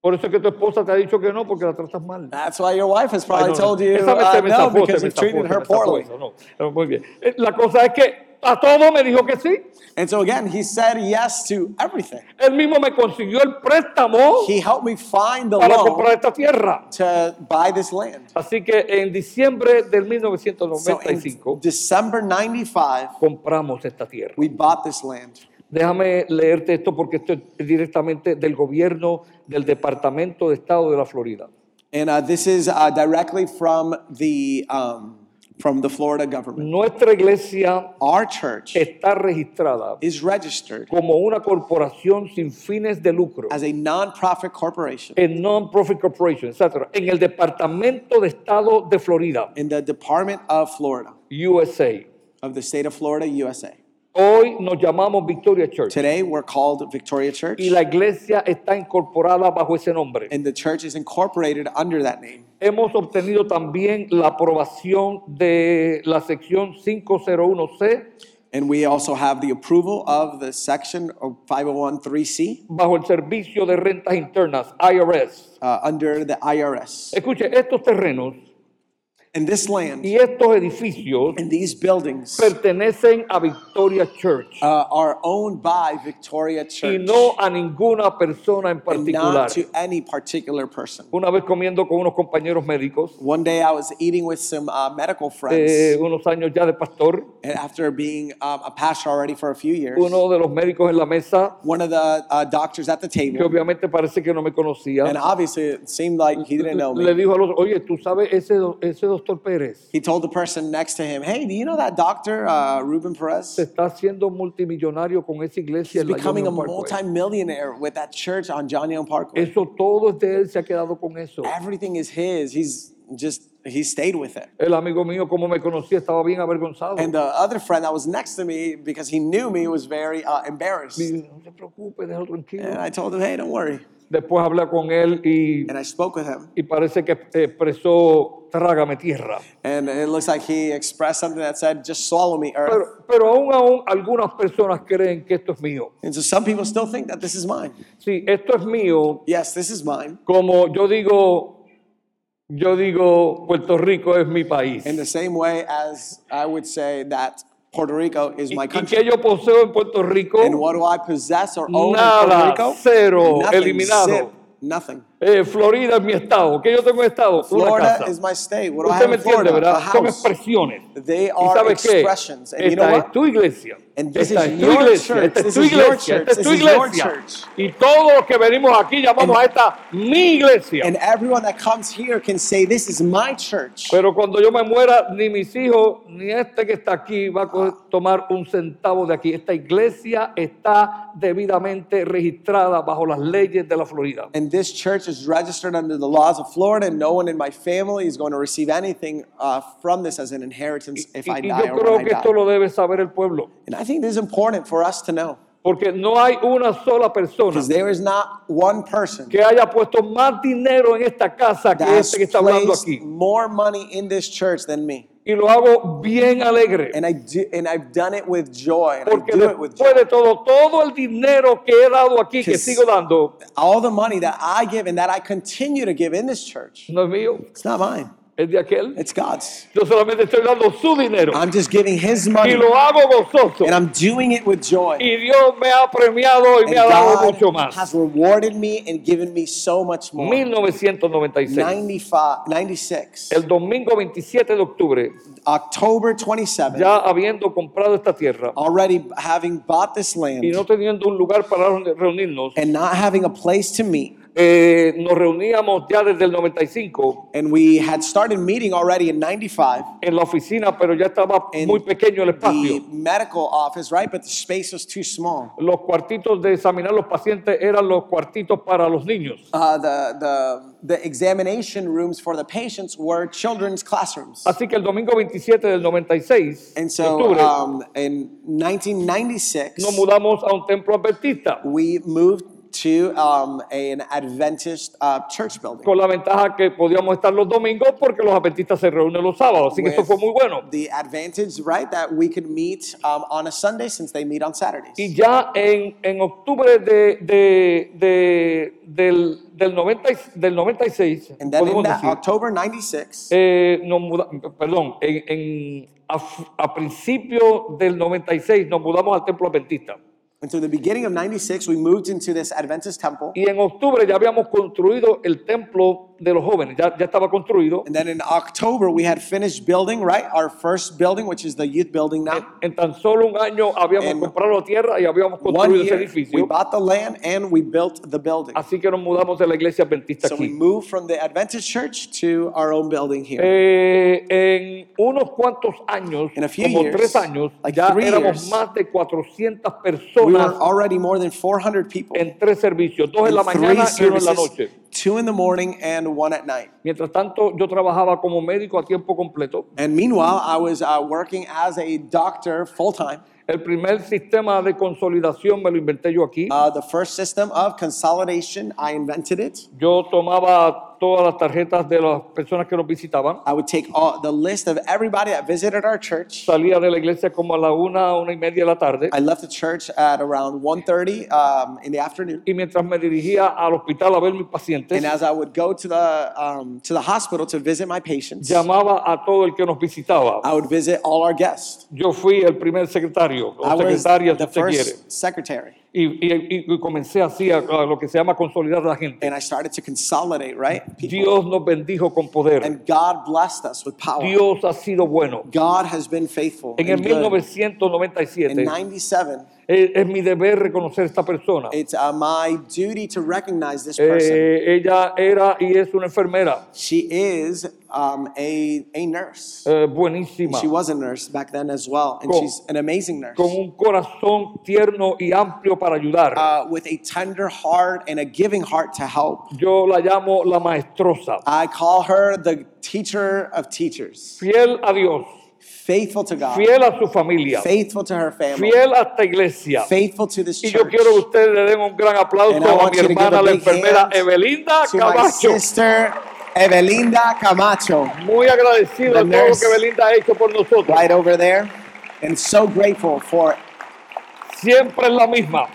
Speaker 1: Por eso es que tu esposa te ha dicho que no, porque la tratas mal.
Speaker 2: That's why your wife has
Speaker 1: Ay,
Speaker 2: probably
Speaker 1: no,
Speaker 2: told you
Speaker 1: esa vez
Speaker 2: uh,
Speaker 1: se me
Speaker 2: no
Speaker 1: zafó,
Speaker 2: because
Speaker 1: se me
Speaker 2: you
Speaker 1: zafó,
Speaker 2: treated
Speaker 1: se
Speaker 2: her
Speaker 1: me zafó
Speaker 2: poorly.
Speaker 1: eso, no. No, muy bien. Eh, La cosa es que a todo me dijo que sí.
Speaker 2: And so again, he said yes to everything.
Speaker 1: Él mismo me consiguió el préstamo
Speaker 2: He helped me find the
Speaker 1: para
Speaker 2: loan
Speaker 1: comprar esta tierra.
Speaker 2: to buy this land.
Speaker 1: Así que en diciembre del
Speaker 2: So in
Speaker 1: 1995
Speaker 2: December 95,
Speaker 1: compramos esta tierra.
Speaker 2: we bought this land.
Speaker 1: Déjame leerte esto porque esto es directamente del gobierno del Departamento de Estado de la Florida.
Speaker 2: And uh, this is uh, directly from the, um, from the Florida government.
Speaker 1: Nuestra iglesia
Speaker 2: Our church
Speaker 1: está registrada
Speaker 2: is registered
Speaker 1: como una corporación sin fines de lucro.
Speaker 2: as a nonprofit corporation
Speaker 1: en non-profit corporation, etc., en el Departamento de Estado de Florida,
Speaker 2: in the Department of Florida,
Speaker 1: USA.
Speaker 2: of the state of Florida, USA.
Speaker 1: Hoy nos llamamos Victoria Church
Speaker 2: Today, we're called Victoria Church.
Speaker 1: y la iglesia está incorporada bajo ese nombre.
Speaker 2: and the church is incorporated under that name.
Speaker 1: Hemos obtenido también la aprobación de la sección 501C
Speaker 2: And we also have the approval of the section of 5013C
Speaker 1: bajo el Servicio de Rentas Internas, IRS.
Speaker 2: uh, under the IRS.
Speaker 1: Escuche, estos terrenos
Speaker 2: And this land
Speaker 1: y estos edificios
Speaker 2: and these buildings
Speaker 1: pertenecen a Victoria Church
Speaker 2: uh, are owned by Victoria
Speaker 1: y
Speaker 2: Church
Speaker 1: no a ninguna persona en
Speaker 2: and not
Speaker 1: particular.
Speaker 2: to any particular person.
Speaker 1: Una vez comiendo con unos compañeros médicos,
Speaker 2: One day I was eating with some uh, medical friends,
Speaker 1: eh, unos años ya de pastor,
Speaker 2: and after being um, a pastor already for a few years,
Speaker 1: uno de los médicos en la mesa,
Speaker 2: one of the uh, doctors at the
Speaker 1: que
Speaker 2: table,
Speaker 1: obviamente parece que no me conocía,
Speaker 2: and obviously it seemed like he didn't know
Speaker 1: le
Speaker 2: me.
Speaker 1: dijo al otro, oye, tú sabes ese, do- ese doctor Pérez
Speaker 2: He told the person next to him, Hey, do you know that doctor, uh, Ruben Perez?
Speaker 1: se está haciendo multimillonario con esa iglesia
Speaker 2: He's
Speaker 1: en la
Speaker 2: becoming a
Speaker 1: Union Parkway.
Speaker 2: multimillionaire with that church on John Young Parkway.
Speaker 1: Eso todo es de él, se ha quedado con eso.
Speaker 2: Everything is his. He's just he stayed with it.
Speaker 1: El amigo mío, como me conocía, estaba bien avergonzado.
Speaker 2: And the other friend that was next to me, because he knew me, was very uh, embarrassed.
Speaker 1: Y no se preocupe, déjalo tranquilo.
Speaker 2: And I told him, "Hey, don't worry.
Speaker 1: Después hablé con él y,
Speaker 2: and I spoke with him.
Speaker 1: y parece que expresó, trágame tierra.
Speaker 2: And it looks like he expressed something that said, just swallow me, earth.
Speaker 1: Pero, pero aún, aún algunas personas creen que esto es mío.
Speaker 2: and so some people still think that this is mine.
Speaker 1: Sí, esto es mío.
Speaker 2: Yes, this is mine.
Speaker 1: Como yo digo, yo digo, Puerto Rico es mi país.
Speaker 2: In the same way as I would say that Puerto Rico is
Speaker 1: Y,
Speaker 2: my
Speaker 1: y
Speaker 2: country.
Speaker 1: que yo poseo en Puerto Rico,
Speaker 2: And what do I possess or own
Speaker 1: Nada,
Speaker 2: in Puerto Rico?
Speaker 1: cero,
Speaker 2: nothing,
Speaker 1: eliminado.
Speaker 2: zip, nothing.
Speaker 1: eh, Florida es mi estado. ¿Qué yo tengo en estado? Una
Speaker 2: Florida
Speaker 1: casa.
Speaker 2: is my state. What do I
Speaker 1: Usted
Speaker 2: have
Speaker 1: me
Speaker 2: in
Speaker 1: entiende,
Speaker 2: Florida? A
Speaker 1: ¿verdad? Son
Speaker 2: house.
Speaker 1: expresiones.
Speaker 2: They
Speaker 1: ¿Y
Speaker 2: are
Speaker 1: sabes qué?
Speaker 2: expressions. And you know
Speaker 1: Esta es
Speaker 2: what?
Speaker 1: tu iglesia.
Speaker 2: And this
Speaker 1: Esta
Speaker 2: is
Speaker 1: es tu
Speaker 2: your
Speaker 1: iglesia.
Speaker 2: church.
Speaker 1: Esta es
Speaker 2: This
Speaker 1: tu
Speaker 2: is your
Speaker 1: iglesia. Esta
Speaker 2: church.
Speaker 1: es tu
Speaker 2: This is your
Speaker 1: iglesia.
Speaker 2: church.
Speaker 1: Y todos los que venimos aquí llamamos a esta mi iglesia.
Speaker 2: And everyone that comes here can say, This is my church.
Speaker 1: Pero cuando yo me muera, ni mis hijos, ni este que está aquí va a co- tomar un centavo de aquí. Esta iglesia está debidamente registrada bajo las leyes de la Florida.
Speaker 2: And this church is registered under the laws of Florida, and no one in my family is going to receive anything uh, from this as an inheritance if
Speaker 1: Y,
Speaker 2: I
Speaker 1: y
Speaker 2: die
Speaker 1: yo
Speaker 2: or when
Speaker 1: creo
Speaker 2: I
Speaker 1: que esto
Speaker 2: die.
Speaker 1: lo debe saber el pueblo.
Speaker 2: And I think this is important for us to know
Speaker 1: Porque no hay una sola persona
Speaker 2: because there is not one person
Speaker 1: que haya puesto más dinero en esta casa
Speaker 2: that
Speaker 1: que
Speaker 2: has
Speaker 1: este que está hablando
Speaker 2: placed
Speaker 1: aquí.
Speaker 2: more money in this church than me.
Speaker 1: Y lo hago bien alegre.
Speaker 2: And I do, and I've done it with joy, and I
Speaker 1: Porque
Speaker 2: do it with
Speaker 1: después
Speaker 2: joy.
Speaker 1: de todo, todo el dinero que he dado aquí, que
Speaker 2: Because-
Speaker 1: sigo dando,
Speaker 2: All the money that I give and that I continue to give in this church,
Speaker 1: no es mío,
Speaker 2: it's not mine.
Speaker 1: es de aquel.
Speaker 2: It's God's.
Speaker 1: Yo solamente estoy dando su dinero
Speaker 2: I'm just giving His
Speaker 1: y
Speaker 2: money,
Speaker 1: lo hago gozoso.
Speaker 2: and I'm doing it with joy.
Speaker 1: Y Dios me ha premiado y
Speaker 2: And
Speaker 1: me ha dado
Speaker 2: God
Speaker 1: mucho más.
Speaker 2: has rewarded me and given me so much more.
Speaker 1: 1996,
Speaker 2: 95, 96,
Speaker 1: el domingo 27 de octubre,
Speaker 2: October 27,
Speaker 1: ya habiendo comprado esta tierra
Speaker 2: already having bought this
Speaker 1: y
Speaker 2: land
Speaker 1: no teniendo un lugar para reunirnos,
Speaker 2: and not having a place to meet,
Speaker 1: eh, nos reuníamos ya desde el 95
Speaker 2: and we had started meeting already in 95
Speaker 1: en la oficina, pero ya estaba
Speaker 2: in
Speaker 1: muy pequeño el
Speaker 2: the
Speaker 1: espacio.
Speaker 2: medical office, right? But the space was too small.
Speaker 1: Los cuartitos de examinar los pacientes eran los cuartitos para los niños.
Speaker 2: Uh, the, the, the examination rooms for the patients were children's classrooms.
Speaker 1: Así que el domingo 27 del 96
Speaker 2: And
Speaker 1: de
Speaker 2: so
Speaker 1: octubre
Speaker 2: um, in 1996,
Speaker 1: nos mudamos a un templo adventista
Speaker 2: we moved to um, an Adventist uh, church building.
Speaker 1: con la ventaja que podíamos estar los domingos porque los adventistas se reúnen los sábados, así que eso
Speaker 2: With
Speaker 1: fue muy bueno.
Speaker 2: The advantage, right, that we could meet um, on a Sunday since they meet on Saturdays.
Speaker 1: Y ya en, en octubre de, de- de- del, del, 90 y- del 96,
Speaker 2: And then in
Speaker 1: podemos
Speaker 2: that
Speaker 1: decir,
Speaker 2: October 96,
Speaker 1: eh, nos muda- perdón, en, en- a, f- a principio del 96 nos mudamos al templo adventista.
Speaker 2: until the beginning of 96, we moved into this Adventist temple.
Speaker 1: Y en octubre ya habíamos construido el templo de los jóvenes, ya, ya estaba construido.
Speaker 2: And then in October, we had finished building, right, our first building, which is the youth building now.
Speaker 1: En tan solo un año habíamos
Speaker 2: En-
Speaker 1: comprado la tierra y habíamos
Speaker 2: One
Speaker 1: construido ese
Speaker 2: year, we
Speaker 1: edificio.
Speaker 2: bought the land and we built the building.
Speaker 1: Así que nos mudamos de la iglesia adventista
Speaker 2: So we
Speaker 1: aquí.
Speaker 2: moved from the Adventist church to our own building here.
Speaker 1: Eh, en unos cuantos años,
Speaker 2: In a few
Speaker 1: como
Speaker 2: years,
Speaker 1: tres años,
Speaker 2: like
Speaker 1: ya
Speaker 2: three
Speaker 1: éramos
Speaker 2: years,
Speaker 1: más de 400
Speaker 2: We were
Speaker 1: personas
Speaker 2: already more than 400 people.
Speaker 1: en tres servicios, dos en
Speaker 2: in
Speaker 1: la
Speaker 2: three
Speaker 1: mañana y uno en la
Speaker 2: services,
Speaker 1: noche.
Speaker 2: Two in the morning and one at night.
Speaker 1: Mientras tanto, yo trabajaba como médico a tiempo completo.
Speaker 2: And meanwhile, I was uh, working as a doctor full time.
Speaker 1: El primer sistema de consolidación me lo inventé yo aquí.
Speaker 2: Uh, the first system of consolidation, I invented it.
Speaker 1: Yo tomaba todas las tarjetas de las personas que nos visitaban.
Speaker 2: I would take all, the list of everybody that visited our church.
Speaker 1: Salía de la iglesia como a la una, una y media de la tarde.
Speaker 2: I left the church at around 1.30 um, in the afternoon.
Speaker 1: Y mientras me dirigía al hospital a ver mis pacientes,
Speaker 2: And as I would go to the, um, to the hospital to visit my patients,
Speaker 1: llamaba a todo el que nos visitaba.
Speaker 2: I would visit all our guests.
Speaker 1: Yo fui el primer secretario,
Speaker 2: I
Speaker 1: o
Speaker 2: was
Speaker 1: secretaria, si
Speaker 2: the
Speaker 1: usted quiere.
Speaker 2: first secretary.
Speaker 1: Y, y- y comencé así a, a lo que se llama consolidar a la gente.
Speaker 2: And I started to consolidate, right? People.
Speaker 1: Dios nos bendijo con poder.
Speaker 2: And God blessed us with power.
Speaker 1: Dios ha sido bueno.
Speaker 2: God has been faithful.
Speaker 1: En el
Speaker 2: and good. In
Speaker 1: 1997
Speaker 2: 97,
Speaker 1: eh, es mi deber reconocer a esta persona.
Speaker 2: it's uh, my duty to recognize this person.
Speaker 1: Eh, ella era y es una enfermera
Speaker 2: she is um, a, a nurse.
Speaker 1: eh, buenísima,
Speaker 2: She was a nurse back then as well, and
Speaker 1: Con-
Speaker 2: she's an amazing nurse.
Speaker 1: con un corazón tierno y amplio para ayudar.
Speaker 2: Uh, with a tender heart and a giving heart to help.
Speaker 1: Yo la llamo
Speaker 2: Ah.
Speaker 1: la maestrosa.
Speaker 2: I call her the teacher of teachers.
Speaker 1: Fiel a Dios,
Speaker 2: faithful to God,
Speaker 1: fiel a su familia,
Speaker 2: faithful to her family,
Speaker 1: fiel a esta iglesia.
Speaker 2: faithful to this
Speaker 1: Y yo
Speaker 2: church,
Speaker 1: quiero que ustedes le den un gran aplauso
Speaker 2: And I
Speaker 1: a
Speaker 2: want
Speaker 1: mi
Speaker 2: you to give
Speaker 1: hermana,
Speaker 2: a
Speaker 1: la
Speaker 2: big
Speaker 1: enfermera
Speaker 2: hand
Speaker 1: Evelinda
Speaker 2: to my
Speaker 1: Camacho.
Speaker 2: sister Evelinda Camacho,
Speaker 1: Muy agradecido
Speaker 2: the
Speaker 1: a todo lo
Speaker 2: nurse.
Speaker 1: que Evelinda ha hecho por nosotros.
Speaker 2: right over there, and so grateful for
Speaker 1: Siempre es la misma.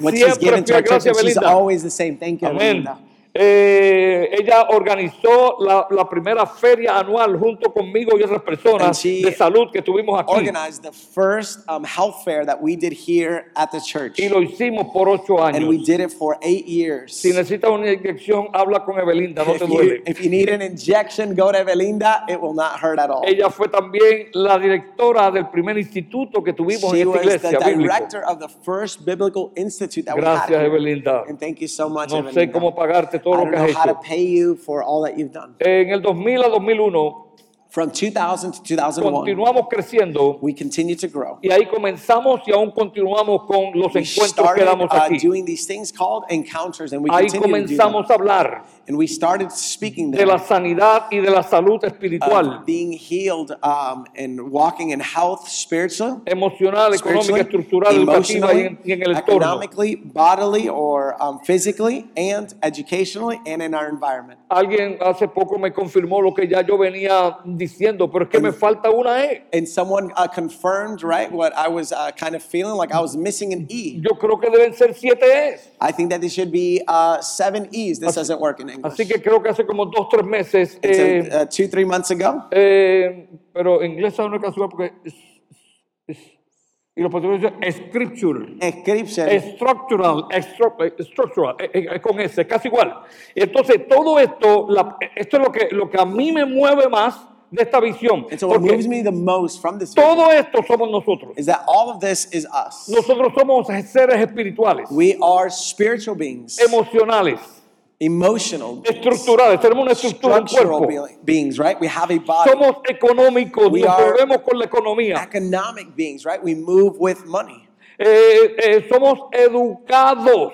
Speaker 2: what she's
Speaker 1: Siempre
Speaker 2: given to
Speaker 1: fui a
Speaker 2: our church.
Speaker 1: gracia,
Speaker 2: And she's
Speaker 1: Evelinda.
Speaker 2: always the same. Thank you,
Speaker 1: Amén.
Speaker 2: Evelinda.
Speaker 1: Eh, ella organizó la, la primera feria anual junto conmigo y otras
Speaker 2: And
Speaker 1: personas
Speaker 2: she
Speaker 1: de salud que tuvimos aquí.
Speaker 2: Organized the first um, health fair that we did here at the church,
Speaker 1: Y lo hicimos por ocho
Speaker 2: and we
Speaker 1: años.
Speaker 2: did it for eight years.
Speaker 1: Si necesitas una inyección, habla con Evelinda, no
Speaker 2: If
Speaker 1: te
Speaker 2: you,
Speaker 1: duele.
Speaker 2: if you need an injection, go to Evelinda. It will not hurt at all.
Speaker 1: Ella fue también la directora del primer instituto que tuvimos
Speaker 2: She
Speaker 1: en esta
Speaker 2: was the
Speaker 1: iglesia bíblica.
Speaker 2: director of the first biblical institute that we
Speaker 1: Gracias,
Speaker 2: had. here.
Speaker 1: Evelinda.
Speaker 2: And thank you so much,
Speaker 1: No sé
Speaker 2: Evelinda.
Speaker 1: cómo pagarte
Speaker 2: I
Speaker 1: todo lo
Speaker 2: don't
Speaker 1: que
Speaker 2: know
Speaker 1: has
Speaker 2: how to
Speaker 1: hecho.
Speaker 2: pay you for all that you've done.
Speaker 1: En el 2000 a 2001
Speaker 2: From 2000 to 2001,
Speaker 1: continuamos creciendo
Speaker 2: we continued to grow.
Speaker 1: y ahí comenzamos y aún continuamos con los
Speaker 2: We
Speaker 1: encuentros que
Speaker 2: started
Speaker 1: damos
Speaker 2: uh,
Speaker 1: aquí.
Speaker 2: doing these things called encounters, and we
Speaker 1: Ahí
Speaker 2: continue to do them.
Speaker 1: comenzamos a hablar
Speaker 2: And we started speaking
Speaker 1: de
Speaker 2: there
Speaker 1: la sanidad y de la salud
Speaker 2: of
Speaker 1: espiritual,
Speaker 2: being healed um, and walking in health, spiritual,
Speaker 1: emocional, económica,
Speaker 2: spiritually,
Speaker 1: estructural, educativa y en, y en el entorno.
Speaker 2: emotionally, economically, bodily, or um, physically, and educationally, and in our environment.
Speaker 1: Alguien hace poco me confirmó lo que ya yo venía diciendo, pero es que me falta una E.
Speaker 2: And someone uh, confirmed, right, what I was uh, kind of feeling like I was missing an E.
Speaker 1: Yo creo que deben ser siete E's.
Speaker 2: I think that there should be uh, seven E's. This doesn't work in English.
Speaker 1: Así que creo que hace como dos, tres meses.
Speaker 2: And so,
Speaker 1: eh,
Speaker 2: uh, two, three months ago,
Speaker 1: Eh, pero en inglés sabe una casual porque es, es- y los portugueses dicen scripture,
Speaker 2: Escription.
Speaker 1: structural, extro- eh, structural, eh, eh, eh, con S, casi igual. Entonces todo esto, la- esto es lo que, lo que a mí me mueve más de esta visión,
Speaker 2: and so what moves
Speaker 1: porque
Speaker 2: me the most from this video
Speaker 1: todo esto somos nosotros.
Speaker 2: is that all of this is us.
Speaker 1: Nosotros somos seres espirituales,
Speaker 2: We are spiritual beings,
Speaker 1: emocionales,
Speaker 2: emotional beings,
Speaker 1: estructurales. Tenemos una estructura, un
Speaker 2: structural
Speaker 1: cuerpo.
Speaker 2: be- beings, right? We have a body.
Speaker 1: Somos económicos,
Speaker 2: We
Speaker 1: nos
Speaker 2: are-
Speaker 1: movemos con la economía.
Speaker 2: Economic beings, right? We move with money.
Speaker 1: Eh, eh, somos educados,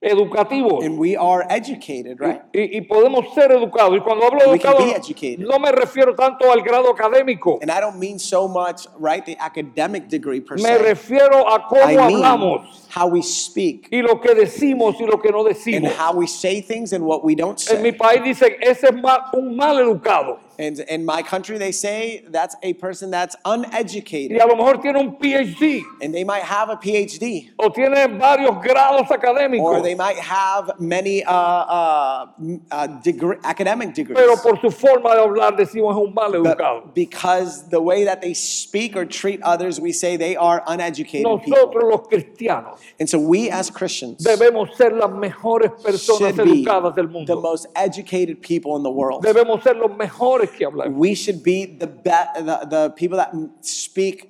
Speaker 1: educativos.
Speaker 2: And we are educated,
Speaker 1: Mm.
Speaker 2: right?
Speaker 1: Y, y podemos ser educados. Y cuando hablo de
Speaker 2: We can
Speaker 1: educado,
Speaker 2: be educated.
Speaker 1: no me refiero tanto al grado académico.
Speaker 2: And I don't mean so much, right, the academic degree per
Speaker 1: Me
Speaker 2: se.
Speaker 1: refiero a cómo
Speaker 2: I mean
Speaker 1: hablamos
Speaker 2: how we speak
Speaker 1: y lo que decimos y lo que no
Speaker 2: and
Speaker 1: decimos.
Speaker 2: how we say things and what we don't
Speaker 1: En mi
Speaker 2: say.
Speaker 1: país dicen, ese es ma- un mal educado.
Speaker 2: And in my country, they say that's a person that's
Speaker 1: Y
Speaker 2: uneducated.
Speaker 1: a lo mejor tiene un PhD
Speaker 2: And they might have a PhD.
Speaker 1: o tiene varios grados
Speaker 2: Or
Speaker 1: académicos,
Speaker 2: they might have many uh, uh, m- uh, degree, academic degrees.
Speaker 1: pero por su forma de hablar decimos es un mal educado.
Speaker 2: But because the way that they speak or treat others, we say they are uneducated people.
Speaker 1: Nosotros los cristianos
Speaker 2: And so we as Christians
Speaker 1: debemos ser las mejores personas
Speaker 2: should be
Speaker 1: educadas del
Speaker 2: the
Speaker 1: mundo.
Speaker 2: most educated people in the world.
Speaker 1: Debemos ser los mejores que hablamos.
Speaker 2: We should be the, be- the, the people that m- speak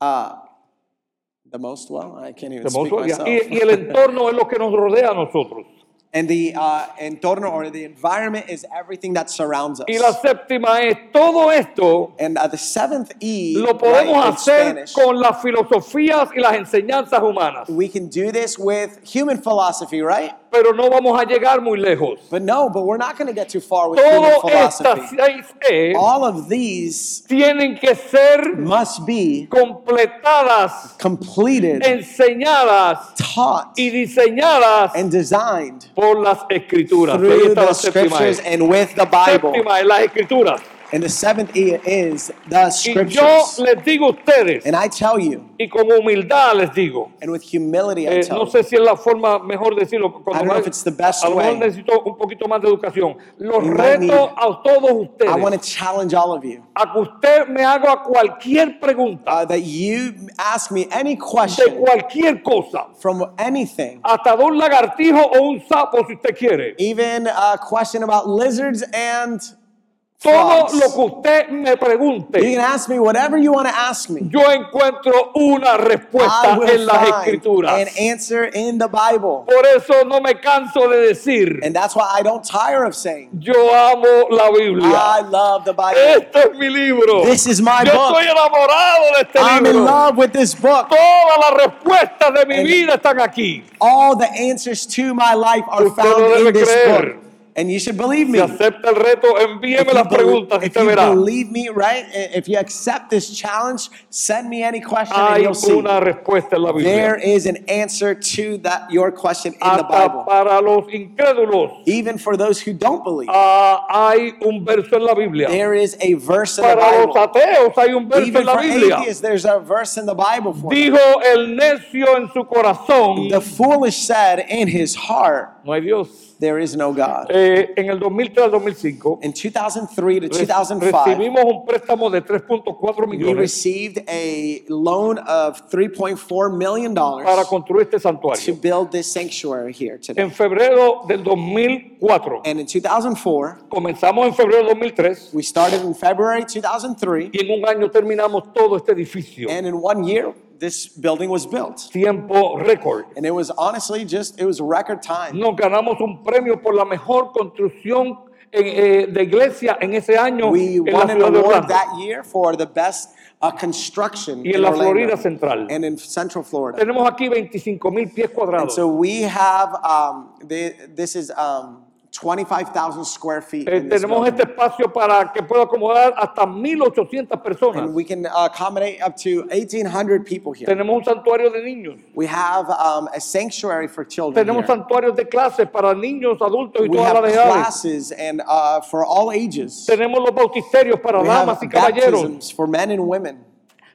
Speaker 2: uh, the most well. I can't even
Speaker 1: The most
Speaker 2: speak
Speaker 1: well, yeah.
Speaker 2: myself.
Speaker 1: Y, y el entorno es lo que nos rodea a nosotros.
Speaker 2: and the uh, entorno or the environment is everything that surrounds us.
Speaker 1: Y la séptima es, todo esto
Speaker 2: and uh, the seventh E
Speaker 1: lo
Speaker 2: right,
Speaker 1: podemos
Speaker 2: in
Speaker 1: hacer
Speaker 2: Spanish,
Speaker 1: con las filosofías y las enseñanzas humanas,
Speaker 2: we can do this with human philosophy, right?
Speaker 1: pero no vamos a llegar muy lejos.
Speaker 2: But no, but we're not going to get too far with human
Speaker 1: Todas estas
Speaker 2: philosophy.
Speaker 1: seis E
Speaker 2: All Mm. of these
Speaker 1: tienen que ser
Speaker 2: must be
Speaker 1: completadas,
Speaker 2: completed,
Speaker 1: enseñadas
Speaker 2: taught,
Speaker 1: y diseñadas
Speaker 2: and designed
Speaker 1: por las escrituras. Ahí
Speaker 2: through
Speaker 1: está
Speaker 2: the
Speaker 1: la séptima
Speaker 2: scriptures
Speaker 1: E.
Speaker 2: and with the Bible.
Speaker 1: Séptima es las escrituras.
Speaker 2: And the seventh E is the
Speaker 1: Y yo
Speaker 2: scriptures.
Speaker 1: les digo a ustedes,
Speaker 2: And I tell you,
Speaker 1: y con humildad les digo,
Speaker 2: and with humility,
Speaker 1: Eh,
Speaker 2: I
Speaker 1: no
Speaker 2: tell you,
Speaker 1: sé si es la forma mejor decirlo.
Speaker 2: I don't
Speaker 1: Cuando
Speaker 2: know
Speaker 1: más-
Speaker 2: if it's the best
Speaker 1: a lo mejor
Speaker 2: way.
Speaker 1: necesito un poquito más de educación. Los
Speaker 2: You might
Speaker 1: reto
Speaker 2: need-
Speaker 1: a todos
Speaker 2: I want
Speaker 1: ustedes
Speaker 2: to challenge all of you
Speaker 1: a que usted me haga cualquier pregunta
Speaker 2: uh, that you ask me any
Speaker 1: de
Speaker 2: question
Speaker 1: cualquier cosa,
Speaker 2: from anything,
Speaker 1: hasta de un lagartijo o un sapo si usted quiere.
Speaker 2: even a question about lizards and
Speaker 1: Todo
Speaker 2: frogs.
Speaker 1: lo que usted me
Speaker 2: You
Speaker 1: pregunte,
Speaker 2: can ask me whatever you want to ask me.
Speaker 1: yo encuentro una
Speaker 2: I
Speaker 1: respuesta en
Speaker 2: will
Speaker 1: las
Speaker 2: find
Speaker 1: escrituras.
Speaker 2: an answer in the Bible.
Speaker 1: Por eso no me canso de decir,
Speaker 2: And that's why I don't tire of saying,
Speaker 1: yo amo la Biblia.
Speaker 2: I love the Bible.
Speaker 1: Este es mi libro.
Speaker 2: This is my
Speaker 1: Yo
Speaker 2: book.
Speaker 1: estoy enamorado de este
Speaker 2: I'm
Speaker 1: libro.
Speaker 2: in love with this book.
Speaker 1: Todas las respuestas de mi
Speaker 2: And-
Speaker 1: vida están aquí.
Speaker 2: All the answers to my life are
Speaker 1: Usted no
Speaker 2: found in
Speaker 1: debe
Speaker 2: this
Speaker 1: creer
Speaker 2: book. and you should believe me.
Speaker 1: Si acepta el reto, envíeme
Speaker 2: If you
Speaker 1: las
Speaker 2: bel-
Speaker 1: preguntas y
Speaker 2: if
Speaker 1: usted
Speaker 2: you
Speaker 1: verá.
Speaker 2: believe me, right? i- If you accept this challenge, send me any question and
Speaker 1: Hay
Speaker 2: you'll see.
Speaker 1: una respuesta en la
Speaker 2: There
Speaker 1: Biblia.
Speaker 2: is an answer to that your question in the
Speaker 1: Hasta
Speaker 2: Bible.
Speaker 1: para los incrédulos
Speaker 2: Even for those who don't believe,
Speaker 1: ah, hay un verso en la Biblia.
Speaker 2: there is a verse in the
Speaker 1: Para los
Speaker 2: Bible.
Speaker 1: ateos hay un verso
Speaker 2: Even
Speaker 1: en la
Speaker 2: for
Speaker 1: Biblia.
Speaker 2: atheists, there's a verse in the Bible for them.
Speaker 1: Dijo el necio en su corazón,
Speaker 2: The foolish said in his heart,
Speaker 1: no hay Dios.
Speaker 2: There is no God.
Speaker 1: Eh, en el 2003 al 2005
Speaker 2: In 2003 to
Speaker 1: re-
Speaker 2: 2005,
Speaker 1: recibimos un préstamo de 3.4
Speaker 2: we
Speaker 1: millones
Speaker 2: received a loan of $3.4 million
Speaker 1: para construir este
Speaker 2: to
Speaker 1: santuario.
Speaker 2: build this sanctuary here today.
Speaker 1: En febrero del 2004
Speaker 2: And in 2004,
Speaker 1: comenzamos en febrero del 2003
Speaker 2: we started in February 2003,
Speaker 1: y en un año terminamos todo este edificio.
Speaker 2: and in one year, this building was built.
Speaker 1: Tiempo récord.
Speaker 2: And it was honestly just, it was record time.
Speaker 1: Nos ganamos un premio por la mejor construcción en, eh, de iglesia en ese año
Speaker 2: We
Speaker 1: en la
Speaker 2: won an
Speaker 1: ciudad de
Speaker 2: award
Speaker 1: Orlando
Speaker 2: that year for the best uh, construction
Speaker 1: y en
Speaker 2: in
Speaker 1: la
Speaker 2: Orlando
Speaker 1: Florida Central.
Speaker 2: and in Central Florida.
Speaker 1: Tenemos aquí 25 mil pies
Speaker 2: And
Speaker 1: cuadrados.
Speaker 2: so we have, um, the, this is um, 25,000 square feet.
Speaker 1: Eh,
Speaker 2: in this
Speaker 1: tenemos
Speaker 2: building.
Speaker 1: este espacio para que pueda acomodar hasta 1.800 personas.
Speaker 2: And we can accommodate up to 1,800 people here.
Speaker 1: Tenemos un santuario de niños.
Speaker 2: We have um, a sanctuary for children.
Speaker 1: Tenemos
Speaker 2: here.
Speaker 1: santuarios de clases para niños, adultos y
Speaker 2: We
Speaker 1: todas
Speaker 2: have
Speaker 1: las edades.
Speaker 2: classes and uh, for all ages.
Speaker 1: Tenemos los bautisterios para
Speaker 2: We
Speaker 1: damas y
Speaker 2: have
Speaker 1: caballeros.
Speaker 2: baptisms for men and women.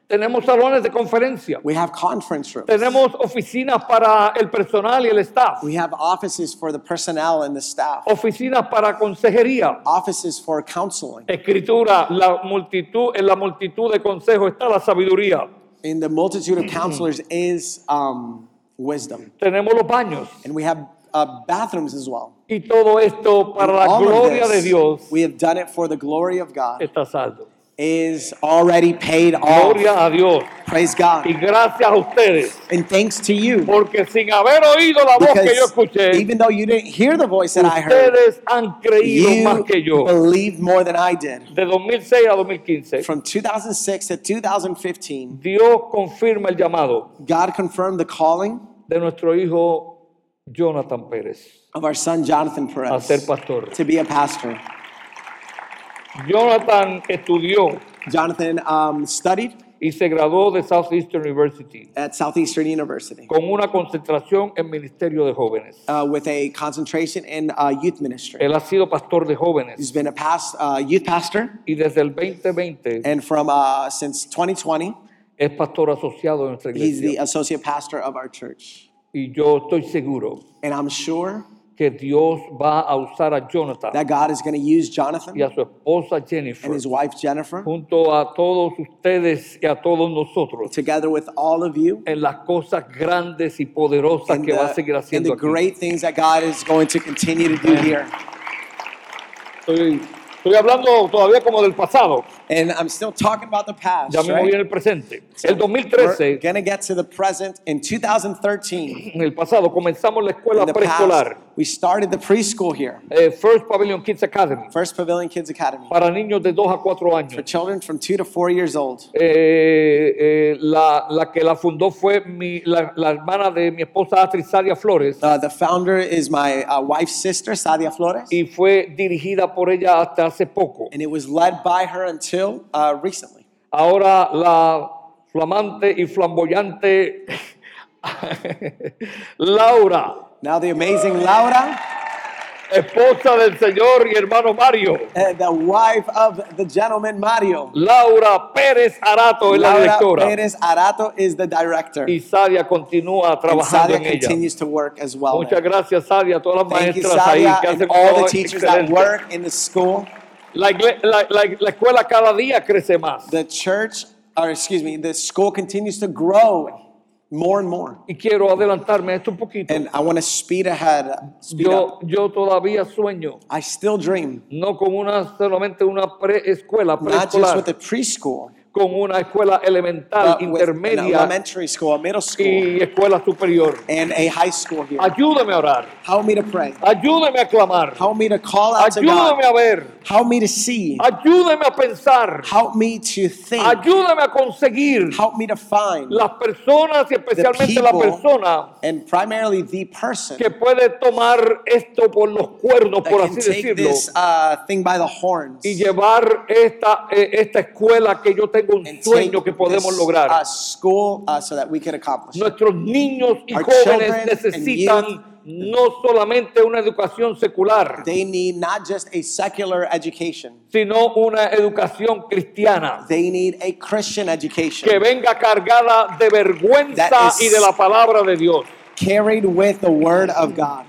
Speaker 1: Tenemos salones de conferencia.
Speaker 2: We have conference rooms.
Speaker 1: Tenemos oficinas para el personal y el staff.
Speaker 2: We have offices for the personnel and the staff.
Speaker 1: Oh. Oficinas para consejería.
Speaker 2: Offices for counseling.
Speaker 1: Escritura, la multitud, en la multitud de consejos está la sabiduría.
Speaker 2: In the multitude of
Speaker 1: Mm-hmm.
Speaker 2: counselors is um, wisdom.
Speaker 1: Tenemos los baños.
Speaker 2: And we have uh, bathrooms as well.
Speaker 1: Y todo esto para la
Speaker 2: All of
Speaker 1: gloria de
Speaker 2: this,
Speaker 1: Dios
Speaker 2: We have done it for the glory of God.
Speaker 1: está saldo.
Speaker 2: Is already paid off.
Speaker 1: Gloria a Dios.
Speaker 2: Praise
Speaker 1: Y
Speaker 2: God.
Speaker 1: gracias a ustedes.
Speaker 2: And thanks to you.
Speaker 1: Porque sin haber oído la voz que yo
Speaker 2: Because
Speaker 1: escuché,
Speaker 2: even though you didn't hear the voice that I heard,
Speaker 1: ustedes han creído más
Speaker 2: you
Speaker 1: que yo.
Speaker 2: believed more than I did.
Speaker 1: De 2006 a 2015,
Speaker 2: From 2006 to 2015,
Speaker 1: Dios confirma el llamado
Speaker 2: God confirmed the calling
Speaker 1: de nuestro hijo Jonathan Pérez
Speaker 2: of our son Jonathan
Speaker 1: a ser
Speaker 2: Perez
Speaker 1: pastor.
Speaker 2: to be a pastor.
Speaker 1: Jonathan estudió
Speaker 2: Jonathan um, studied
Speaker 1: y se graduó de Southeastern University
Speaker 2: at Southeastern University
Speaker 1: con una concentración en ministerio de jóvenes.
Speaker 2: uh, with a concentration in uh, youth ministry.
Speaker 1: Él ha sido pastor de
Speaker 2: He's
Speaker 1: jóvenes
Speaker 2: been a past, uh, youth pastor,
Speaker 1: y desde el 2020
Speaker 2: and from uh, since 2020,
Speaker 1: es pastor asociado de nuestra
Speaker 2: he's the
Speaker 1: iglesia.
Speaker 2: associate pastor of our church.
Speaker 1: Y yo estoy seguro
Speaker 2: And I'm sure
Speaker 1: que Dios va a usar a Jonathan
Speaker 2: that God is going to use
Speaker 1: y
Speaker 2: Jonathan
Speaker 1: a su esposa
Speaker 2: and
Speaker 1: Jennifer
Speaker 2: his wife Jennifer,
Speaker 1: junto a todos ustedes y a todos nosotros
Speaker 2: together with all of you,
Speaker 1: en las cosas grandes y poderosas
Speaker 2: and
Speaker 1: que va a seguir
Speaker 2: the, and
Speaker 1: haciendo
Speaker 2: the
Speaker 1: aquí.
Speaker 2: great things that God is going to continue to do here.
Speaker 1: Estoy, estoy hablando todavía como del pasado,
Speaker 2: And I'm still talking about the past.
Speaker 1: ya mismo
Speaker 2: right?
Speaker 1: viene el presente. El
Speaker 2: We're
Speaker 1: 2013,
Speaker 2: going to get to the present. In 2013,
Speaker 1: en el pasado, comenzamos la escuela
Speaker 2: in the past,
Speaker 1: preescolar,
Speaker 2: we started the preschool here,
Speaker 1: eh, First Pavilion Kids Academy,
Speaker 2: First Pavilion Kids Academy,
Speaker 1: para niños de 2 a 4
Speaker 2: for
Speaker 1: años.
Speaker 2: children from two to four years old.
Speaker 1: Eh, eh, la, la que la fundó fue mi- la, la hermana de mi esposa Astrid Sadia Flores
Speaker 2: Uh, the founder is my uh, wife's sister, Sadia Flores,
Speaker 1: y fue dirigida por ella hasta hace poco.
Speaker 2: and it was led by her until uh, recently.
Speaker 1: Ahora la flamante y flamboyante Laura,
Speaker 2: Now, the amazing Laura,
Speaker 1: esposa del señor y hermano Mario.
Speaker 2: uh, the wife of the gentleman Mario.
Speaker 1: Laura Pérez Arato es la
Speaker 2: Laura
Speaker 1: directora.
Speaker 2: Perez Arato is the director.
Speaker 1: Y Sadia continúa
Speaker 2: and
Speaker 1: trabajando
Speaker 2: Sadia
Speaker 1: en ella.
Speaker 2: continues to work as well.
Speaker 1: Muchas
Speaker 2: there.
Speaker 1: gracias, Sadia, a todas las
Speaker 2: Thank you,
Speaker 1: maestras ahí
Speaker 2: Sadia,
Speaker 1: que
Speaker 2: and
Speaker 1: hacen
Speaker 2: all the
Speaker 1: todo
Speaker 2: teachers that
Speaker 1: excelente.
Speaker 2: work in the school.
Speaker 1: La, igle- la- la- la escuela cada día crece más.
Speaker 2: The church, or excuse me, the school continues to grow more and more.
Speaker 1: Y quiero adelantarme a esto un poquito.
Speaker 2: And I want to speed ahead. Speed up.
Speaker 1: Yo, yo todavía sueño,
Speaker 2: I still dream,
Speaker 1: no con una solamente una preescuela,
Speaker 2: not just
Speaker 1: preescolar,
Speaker 2: with the preschool,
Speaker 1: con una escuela elemental,
Speaker 2: but with an
Speaker 1: intermedia
Speaker 2: elementary school, a middle school,
Speaker 1: y escuela superior.
Speaker 2: and a high school here.
Speaker 1: Ayúdame a orar,
Speaker 2: Help me to pray.
Speaker 1: ayúdame a clamar,
Speaker 2: Help me to call out to
Speaker 1: ayúdame
Speaker 2: God.
Speaker 1: a ver,
Speaker 2: Help me to see.
Speaker 1: ayúdame a pensar,
Speaker 2: Help me to think.
Speaker 1: ayúdame a conseguir
Speaker 2: Help me to find.
Speaker 1: las personas y especialmente la
Speaker 2: people
Speaker 1: persona
Speaker 2: And primarily the person
Speaker 1: que puede tomar esto por los cuernos,
Speaker 2: that
Speaker 1: por
Speaker 2: can
Speaker 1: así
Speaker 2: take
Speaker 1: decirlo,
Speaker 2: this uh, thing by the horns
Speaker 1: y llevar esta, eh, esta escuela que yo tengo un
Speaker 2: and take
Speaker 1: sueño que podemos
Speaker 2: this,
Speaker 1: lograr.
Speaker 2: uh, school uh, so that we can accomplish. it.
Speaker 1: Nuestros niños y
Speaker 2: Our
Speaker 1: jóvenes
Speaker 2: children and youth.
Speaker 1: necesitan no solamente una educación secular,
Speaker 2: They need not just a secular education.
Speaker 1: sino una educación cristiana
Speaker 2: They need a Christian education
Speaker 1: que venga cargada de vergüenza
Speaker 2: That is-
Speaker 1: y de la palabra de Dios.
Speaker 2: carried with the Word of God.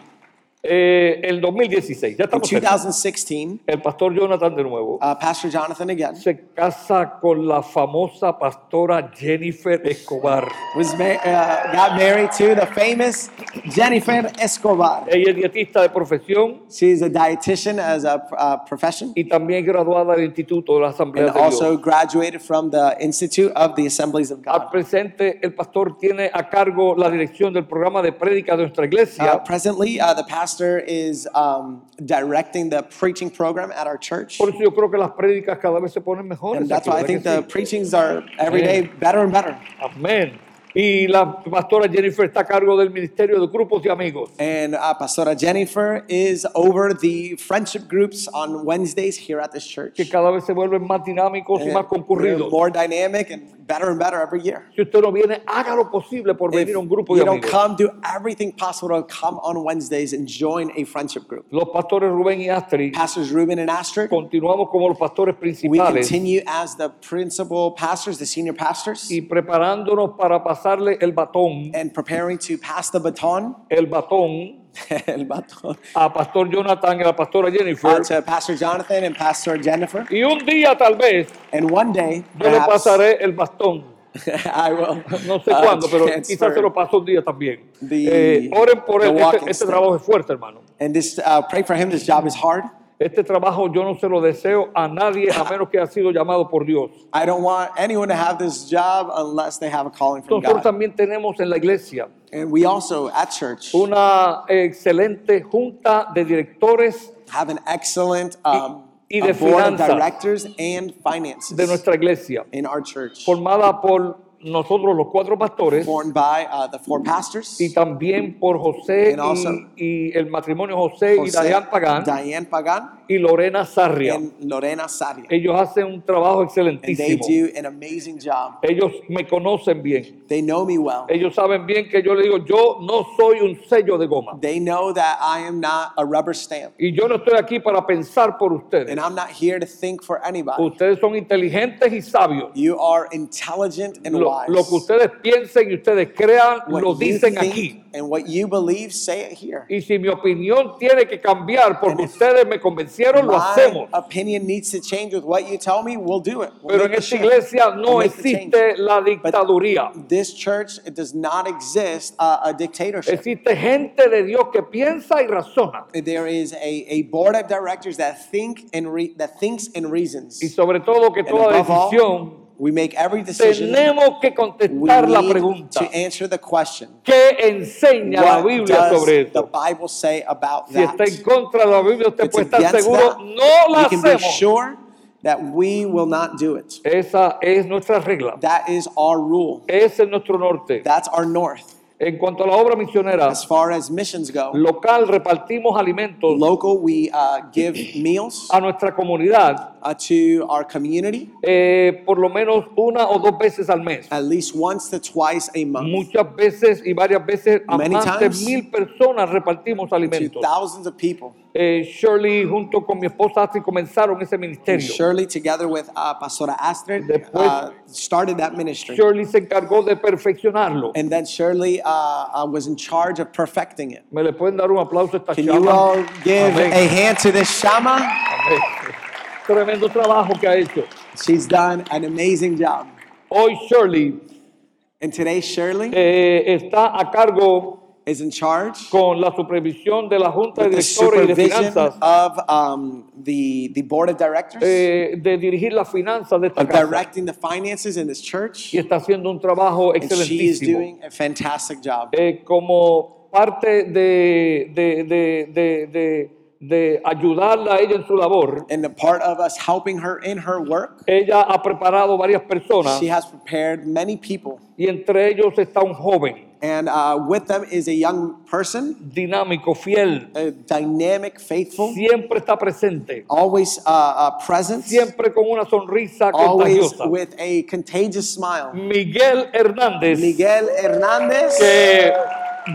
Speaker 1: Eh, el 2016, ya
Speaker 2: In
Speaker 1: estamos cerca.
Speaker 2: 2016,
Speaker 1: El pastor Jonathan de nuevo
Speaker 2: uh, Pastor Jonathan again
Speaker 1: se casa con la famosa pastora Jennifer Escobar.
Speaker 2: was ma- uh, got married to the famous Jennifer Escobar.
Speaker 1: Ella es dietista de profesión
Speaker 2: She's a dietitian as a uh, profession
Speaker 1: y también graduada del Instituto de la Asamblea
Speaker 2: and
Speaker 1: de Dios.
Speaker 2: also graduated from the Institute of the Assemblies of
Speaker 1: Al
Speaker 2: God.
Speaker 1: presente, el pastor tiene a cargo la dirección del programa de prédica de nuestra
Speaker 2: Uh,
Speaker 1: iglesia.
Speaker 2: presently, uh, the pastor is um, directing the preaching program at our church.
Speaker 1: Por eso yo creo que las prédicas cada vez se ponen mejores.
Speaker 2: And that's
Speaker 1: aquí,
Speaker 2: why I
Speaker 1: ¿verdad que
Speaker 2: think the
Speaker 1: sí?
Speaker 2: preachings are every day
Speaker 1: Amen.
Speaker 2: better and better.
Speaker 1: Amén. Y la pastora Jennifer está a cargo del ministerio de grupos y amigos.
Speaker 2: And uh, Pastora Jennifer is over the friendship groups on Wednesdays here at this church.
Speaker 1: que cada vez se vuelven más dinámicos y
Speaker 2: And
Speaker 1: más concurridos.
Speaker 2: More dynamic and better and better every year.
Speaker 1: Si usted no viene, haga lo posible por
Speaker 2: If
Speaker 1: venir a
Speaker 2: you
Speaker 1: un grupo de
Speaker 2: don't
Speaker 1: amigos.
Speaker 2: come, do everything possible to come on Wednesdays and join a friendship group.
Speaker 1: Los pastores Rubén y Astrid
Speaker 2: Pastors Ruben and Astrid,
Speaker 1: continuamos como los pastores
Speaker 2: we
Speaker 1: principales
Speaker 2: continue as the principal pastors, the senior pastors,
Speaker 1: y preparándonos para pasarle el batón,
Speaker 2: and preparing to pass the baton,
Speaker 1: el batón
Speaker 2: el baton,
Speaker 1: a pastor Jonathan y a la pastora
Speaker 2: uh,
Speaker 1: Jennifer.
Speaker 2: to Pastor Jonathan and Pastor Jennifer.
Speaker 1: Y un día tal vez
Speaker 2: And one day,
Speaker 1: yo le
Speaker 2: perhaps,
Speaker 1: pasaré el bastón.
Speaker 2: I will.
Speaker 1: No sé
Speaker 2: uh,
Speaker 1: cuándo, pero
Speaker 2: transfer.
Speaker 1: quizás se lo paso un día también.
Speaker 2: The-
Speaker 1: Eh, oren por
Speaker 2: the
Speaker 1: él.
Speaker 2: walking
Speaker 1: Este, este
Speaker 2: stick.
Speaker 1: trabajo es fuerte, hermano.
Speaker 2: And this, uh, pray for him. This job is hard.
Speaker 1: Este trabajo yo no se lo deseo a nadie a menos que haya sido llamado por Dios.
Speaker 2: I don't want anyone to have this job unless they have a calling from
Speaker 1: Nosotros
Speaker 2: God.
Speaker 1: también tenemos en la iglesia
Speaker 2: And we also at church
Speaker 1: una excelente junta de directores
Speaker 2: have an excellent um,
Speaker 1: Y- y de
Speaker 2: a board of
Speaker 1: finanzas.
Speaker 2: directors and
Speaker 1: de
Speaker 2: finances
Speaker 1: nuestra iglesia,
Speaker 2: in our church,
Speaker 1: formada por nosotros los cuatro pastores
Speaker 2: formed by uh, the four pastors,
Speaker 1: y también por José
Speaker 2: And also-
Speaker 1: y, y el matrimonio José, y
Speaker 2: José,
Speaker 1: Dayan Pagán
Speaker 2: Diane Pagan,
Speaker 1: y Lorena Sarria.
Speaker 2: and Lorena Saria.
Speaker 1: Ellos hacen un trabajo
Speaker 2: And they
Speaker 1: excelentísimo.
Speaker 2: do an amazing job.
Speaker 1: Ellos me conocen bien.
Speaker 2: They know me well.
Speaker 1: Ellos saben bien que yo le digo, yo no soy un sello de goma.
Speaker 2: They know that I am not a rubber stamp.
Speaker 1: Y yo no estoy aquí para pensar por ustedes.
Speaker 2: And I'm not here to think for anybody.
Speaker 1: Ustedes son inteligentes y sabios.
Speaker 2: You are intelligent and
Speaker 1: lo,
Speaker 2: wise.
Speaker 1: lo que ustedes piensen y ustedes crean,
Speaker 2: What
Speaker 1: lo
Speaker 2: you
Speaker 1: dicen
Speaker 2: think
Speaker 1: aquí.
Speaker 2: And what you believe, say it here.
Speaker 1: Y si mi opinión tiene que cambiar porque
Speaker 2: And if
Speaker 1: ustedes me convencieron, lo
Speaker 2: My
Speaker 1: hacemos.
Speaker 2: opinion needs to change with what you tell me. We'll do it. We'll
Speaker 1: Pero en
Speaker 2: make the
Speaker 1: esta
Speaker 2: shift.
Speaker 1: iglesia
Speaker 2: We'll
Speaker 1: no
Speaker 2: make the change.
Speaker 1: existe la dictaduría.
Speaker 2: This church it does not exist uh, a dictatorship.
Speaker 1: Existe gente de Dios que piensa y razona.
Speaker 2: There is a, a board of directors that think and re, that thinks and reasons.
Speaker 1: Y sobre todo que
Speaker 2: And
Speaker 1: toda
Speaker 2: above all,
Speaker 1: decisión
Speaker 2: we make every decision.
Speaker 1: tenemos que
Speaker 2: we
Speaker 1: contestar la
Speaker 2: need
Speaker 1: pregunta.
Speaker 2: to answer the question.
Speaker 1: ¿Qué enseña la
Speaker 2: What
Speaker 1: Biblia
Speaker 2: does
Speaker 1: sobre
Speaker 2: the
Speaker 1: esto?
Speaker 2: Bible say about
Speaker 1: Si
Speaker 2: that?
Speaker 1: está en contra de la Biblia, usted
Speaker 2: If
Speaker 1: puede
Speaker 2: it's
Speaker 1: estar
Speaker 2: against
Speaker 1: seguro,
Speaker 2: that,
Speaker 1: no la
Speaker 2: we can be
Speaker 1: hacemos.
Speaker 2: sure that we will not do it.
Speaker 1: Esa es nuestra regla.
Speaker 2: That is our rule.
Speaker 1: Ese es nuestro norte.
Speaker 2: That's our north.
Speaker 1: En cuanto a la obra misionera
Speaker 2: As far as missions go,
Speaker 1: local, repartimos alimentos
Speaker 2: local, we uh, give meals
Speaker 1: a nuestra comunidad
Speaker 2: uh, to our community
Speaker 1: eh, por lo menos una o dos veces al mes.
Speaker 2: at least once to twice a month
Speaker 1: Muchas veces y varias veces a
Speaker 2: Many
Speaker 1: más de
Speaker 2: times.
Speaker 1: mil personas repartimos
Speaker 2: to
Speaker 1: alimentos.
Speaker 2: thousands of people.
Speaker 1: Eh, Shirley junto con mi esposa Astrid comenzaron ese
Speaker 2: And
Speaker 1: ministerio.
Speaker 2: Shirley, together with uh, Pastora Astrid,
Speaker 1: Después-
Speaker 2: uh, started that ministry.
Speaker 1: Shirley se encargó de perfeccionarlo.
Speaker 2: And then Shirley uh, uh, was in charge of perfecting it.
Speaker 1: ¿Me le pueden dar un aplauso a esta
Speaker 2: Can
Speaker 1: chama?
Speaker 2: you all give
Speaker 1: Amén.
Speaker 2: a hand to this Shama?
Speaker 1: Amén. Tremendo trabajo que ha hecho.
Speaker 2: She's done an amazing job.
Speaker 1: Hoy Shirley
Speaker 2: And today, Shirley
Speaker 1: eh, está a cargo
Speaker 2: is in charge
Speaker 1: con la supervisión de la Junta de
Speaker 2: with the
Speaker 1: Directores y de
Speaker 2: supervision
Speaker 1: Finanzas
Speaker 2: of um, the, the board of directors,
Speaker 1: eh, de dirigir las finanzas de esta
Speaker 2: of
Speaker 1: casa.
Speaker 2: directing the finances in this church.
Speaker 1: Y está haciendo un trabajo
Speaker 2: And she is
Speaker 1: excelentísimo.
Speaker 2: doing a fantastic job.
Speaker 1: Eh, como parte de, de, de, de, de- de ayudarla a ella en su labor,
Speaker 2: And a part of us helping her in her work,
Speaker 1: ella ha preparado varias personas
Speaker 2: she has prepared many people.
Speaker 1: y entre ellos está un joven
Speaker 2: And uh, with them is a young person,
Speaker 1: dinámico, fiel,
Speaker 2: uh, dynamic, faithful,
Speaker 1: siempre está presente,
Speaker 2: always uh, uh, present,
Speaker 1: siempre con una sonrisa
Speaker 2: always
Speaker 1: contagiosa.
Speaker 2: with a contagious smile.
Speaker 1: Miguel Hernández,
Speaker 2: Miguel Hernandez,
Speaker 1: que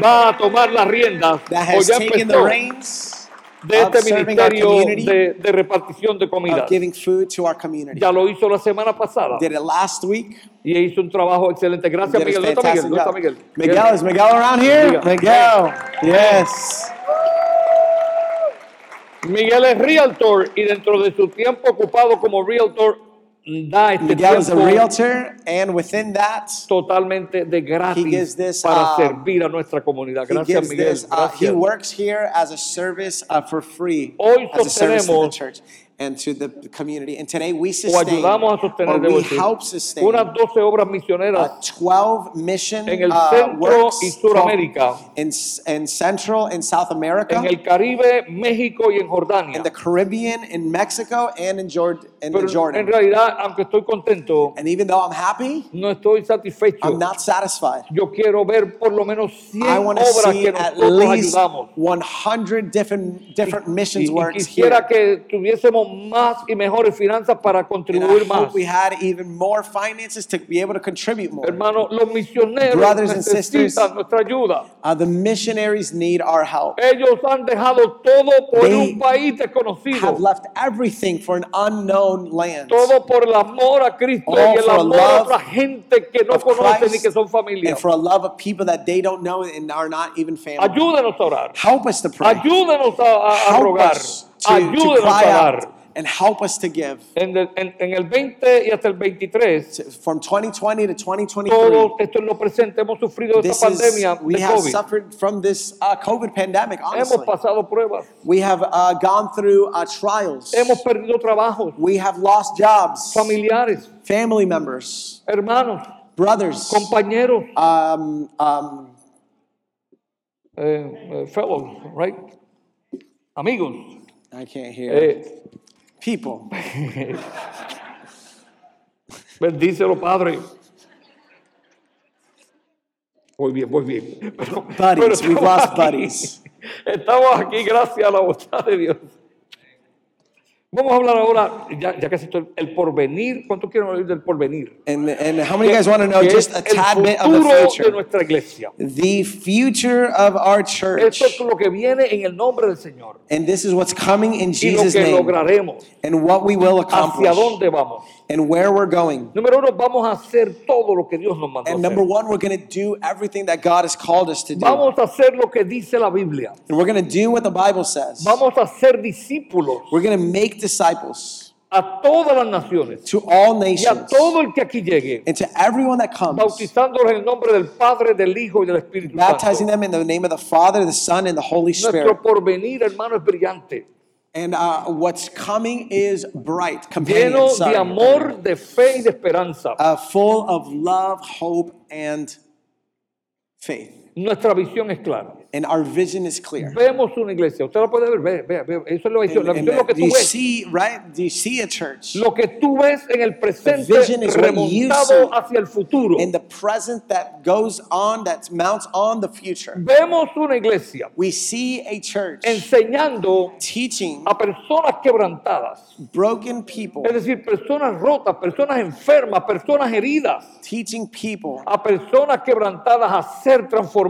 Speaker 1: va a tomar las riendas o
Speaker 2: that has
Speaker 1: Oh, ya
Speaker 2: taken the
Speaker 1: empezó
Speaker 2: reins
Speaker 1: de
Speaker 2: of
Speaker 1: este
Speaker 2: serving our
Speaker 1: ministerio
Speaker 2: community,
Speaker 1: de, de repartición de comida.
Speaker 2: of giving food to our community.
Speaker 1: Ya lo hizo la semana pasada
Speaker 2: Did it last week.
Speaker 1: y hizo un trabajo excelente. Gracias,
Speaker 2: Did a
Speaker 1: Miguel. ¿Dónde está Miguel? ¿Dónde está
Speaker 2: fantastic job.
Speaker 1: Miguel?
Speaker 2: Miguel, is Miguel around here?
Speaker 1: Miguel.
Speaker 2: Miguel, yes.
Speaker 1: Miguel es realtor y dentro de su tiempo ocupado como realtor da este
Speaker 2: Miguel is a
Speaker 1: tiempo
Speaker 2: realtor, and within that,
Speaker 1: totalmente de
Speaker 2: He
Speaker 1: gratis
Speaker 2: gives this,
Speaker 1: para
Speaker 2: uh,
Speaker 1: servir a nuestra comunidad.
Speaker 2: he
Speaker 1: Gracias,
Speaker 2: gives
Speaker 1: Miguel.
Speaker 2: this. uh, he
Speaker 1: Gracias.
Speaker 2: works here as a service uh, for free,
Speaker 1: Hoy
Speaker 2: as a service to the
Speaker 1: sostenemos-
Speaker 2: church and to the community. And today we
Speaker 1: o
Speaker 2: sustain,
Speaker 1: ayudamos a sostener,
Speaker 2: or
Speaker 1: debo
Speaker 2: we
Speaker 1: decir,
Speaker 2: help sustain
Speaker 1: unas 12 obras
Speaker 2: uh,
Speaker 1: misioneras
Speaker 2: 12 mission
Speaker 1: en el
Speaker 2: uh,
Speaker 1: centro
Speaker 2: works
Speaker 1: y Suramérica,
Speaker 2: in, S- in Central and South America,
Speaker 1: en el Caribe, México y en Jordania.
Speaker 2: in the Caribbean, in Mexico, and in, Jord- in the
Speaker 1: Pero en
Speaker 2: Jordan.
Speaker 1: realidad, aunque estoy contento,
Speaker 2: And even though I'm happy,
Speaker 1: no estoy satisfecho.
Speaker 2: I'm not satisfied.
Speaker 1: Yo quiero ver por lo menos 100
Speaker 2: I want to
Speaker 1: obras
Speaker 2: see
Speaker 1: que
Speaker 2: at
Speaker 1: nosotros
Speaker 2: least
Speaker 1: ayudamos.
Speaker 2: 100 different different
Speaker 1: Y,
Speaker 2: missions
Speaker 1: y
Speaker 2: works here.
Speaker 1: quisiera que tuviésemos más y mejores finanzas para
Speaker 2: And I
Speaker 1: contribuir más.
Speaker 2: hope we had even more finances to be able to contribute more.
Speaker 1: Hermanos, los misioneros
Speaker 2: Brothers and sisters.
Speaker 1: necesitan nuestra ayuda.
Speaker 2: Uh, the missionaries need our help.
Speaker 1: Ellos han dejado todo por
Speaker 2: They
Speaker 1: un país
Speaker 2: Have
Speaker 1: desconocido,
Speaker 2: left everything for an unknown land.
Speaker 1: todo por el amor a Cristo
Speaker 2: All
Speaker 1: y el
Speaker 2: for a
Speaker 1: amor a
Speaker 2: love
Speaker 1: otra gente que no
Speaker 2: of
Speaker 1: conoce
Speaker 2: Christ
Speaker 1: ni que son
Speaker 2: And
Speaker 1: familia.
Speaker 2: for a love of people that they don't know and are not even family.
Speaker 1: Ayúdenos a orar,
Speaker 2: Help us to pray.
Speaker 1: ayúdenos a, a- a
Speaker 2: Help
Speaker 1: rogar,
Speaker 2: us to, to
Speaker 1: ayúdenos
Speaker 2: cry
Speaker 1: a dar.
Speaker 2: out and help us to give.
Speaker 1: En el, en- en el 20 y hasta el 23,
Speaker 2: From 2020 to 2023.
Speaker 1: todo esto en lo presente, hemos sufrido
Speaker 2: This
Speaker 1: esta
Speaker 2: is,
Speaker 1: pandemia
Speaker 2: we
Speaker 1: de
Speaker 2: have
Speaker 1: COVID.
Speaker 2: suffered from this uh, COVID pandemic, honestly.
Speaker 1: Hemos pasado pruebas,
Speaker 2: We have uh, gone through uh, trials.
Speaker 1: hemos perdido trabajos,
Speaker 2: We have lost jobs,
Speaker 1: familiares,
Speaker 2: family members,
Speaker 1: hermanos,
Speaker 2: brothers,
Speaker 1: compañeros,
Speaker 2: um, um,
Speaker 1: eh, eh, fellows, right? Amigos.
Speaker 2: I can't hear.
Speaker 1: Eh,
Speaker 2: People.
Speaker 1: bendícelo, Padre. Muy bien, muy bien. Pero- pero
Speaker 2: Buddies. We've
Speaker 1: estamos
Speaker 2: lost
Speaker 1: aquí.
Speaker 2: buddies.
Speaker 1: Estamos aquí gracias a la bondad de Dios. Vamos a hablar ahora, ya, ya casi estoy, el porvenir. ¿Cuánto quieren oír del porvenir?
Speaker 2: And, and how many of you guys want to know
Speaker 1: Eh, Que
Speaker 2: just
Speaker 1: es
Speaker 2: a
Speaker 1: el
Speaker 2: tad bit of the
Speaker 1: futuro de
Speaker 2: future?
Speaker 1: nuestra iglesia.
Speaker 2: The future of our church.
Speaker 1: Esto es lo que viene en el nombre del Señor.
Speaker 2: And this is what's coming in
Speaker 1: Y lo
Speaker 2: Jesus'
Speaker 1: que
Speaker 2: name.
Speaker 1: lograremos.
Speaker 2: And what we will
Speaker 1: Hacia
Speaker 2: accomplish.
Speaker 1: dónde vamos.
Speaker 2: And where we're going.
Speaker 1: Número uno, vamos a hacer todo lo que Dios nos mandó. hacer.
Speaker 2: And number one, we're going to do everything that God has called us to do. And
Speaker 1: Vamos a hacer lo que dice la Biblia.
Speaker 2: we're going to do what the Bible says.
Speaker 1: Vamos a ser discípulos
Speaker 2: We're going to make disciples
Speaker 1: a todas las naciones
Speaker 2: to all
Speaker 1: y a
Speaker 2: nations
Speaker 1: todo el que aquí llegue,
Speaker 2: and to everyone that comes,
Speaker 1: bautizándolos en el nombre del Padre, del Hijo y del Espíritu
Speaker 2: baptizing
Speaker 1: Santo.
Speaker 2: them in the name of the Father, the Son, and the Holy Spirit.
Speaker 1: Nuestro porvenir, hermano, es brillante,
Speaker 2: And uh, what's coming is bright,
Speaker 1: lleno
Speaker 2: companion,
Speaker 1: de amor, de fe y de esperanza.
Speaker 2: uh, full of love, hope, and faith.
Speaker 1: Nuestra visión es clara.
Speaker 2: And our vision is clear.
Speaker 1: Vemos una iglesia, usted la puede ver, ve, ve, ve, eso es la visión.
Speaker 2: And,
Speaker 1: La
Speaker 2: and,
Speaker 1: visión es lo que
Speaker 2: uh, do
Speaker 1: tú
Speaker 2: you
Speaker 1: ves.
Speaker 2: see, right? Do you see a church
Speaker 1: Lo que tú ves en el presente
Speaker 2: vision is what you
Speaker 1: remontado
Speaker 2: see.
Speaker 1: hacia el futuro.
Speaker 2: in the present that goes on, that mounts on the future?
Speaker 1: Vemos una iglesia
Speaker 2: We see a church
Speaker 1: enseñando
Speaker 2: teaching
Speaker 1: a personas quebrantadas,
Speaker 2: broken people
Speaker 1: es decir, personas rotas, personas enfermas, personas heridas,
Speaker 2: teaching people
Speaker 1: a personas quebrantadas a ser transformadas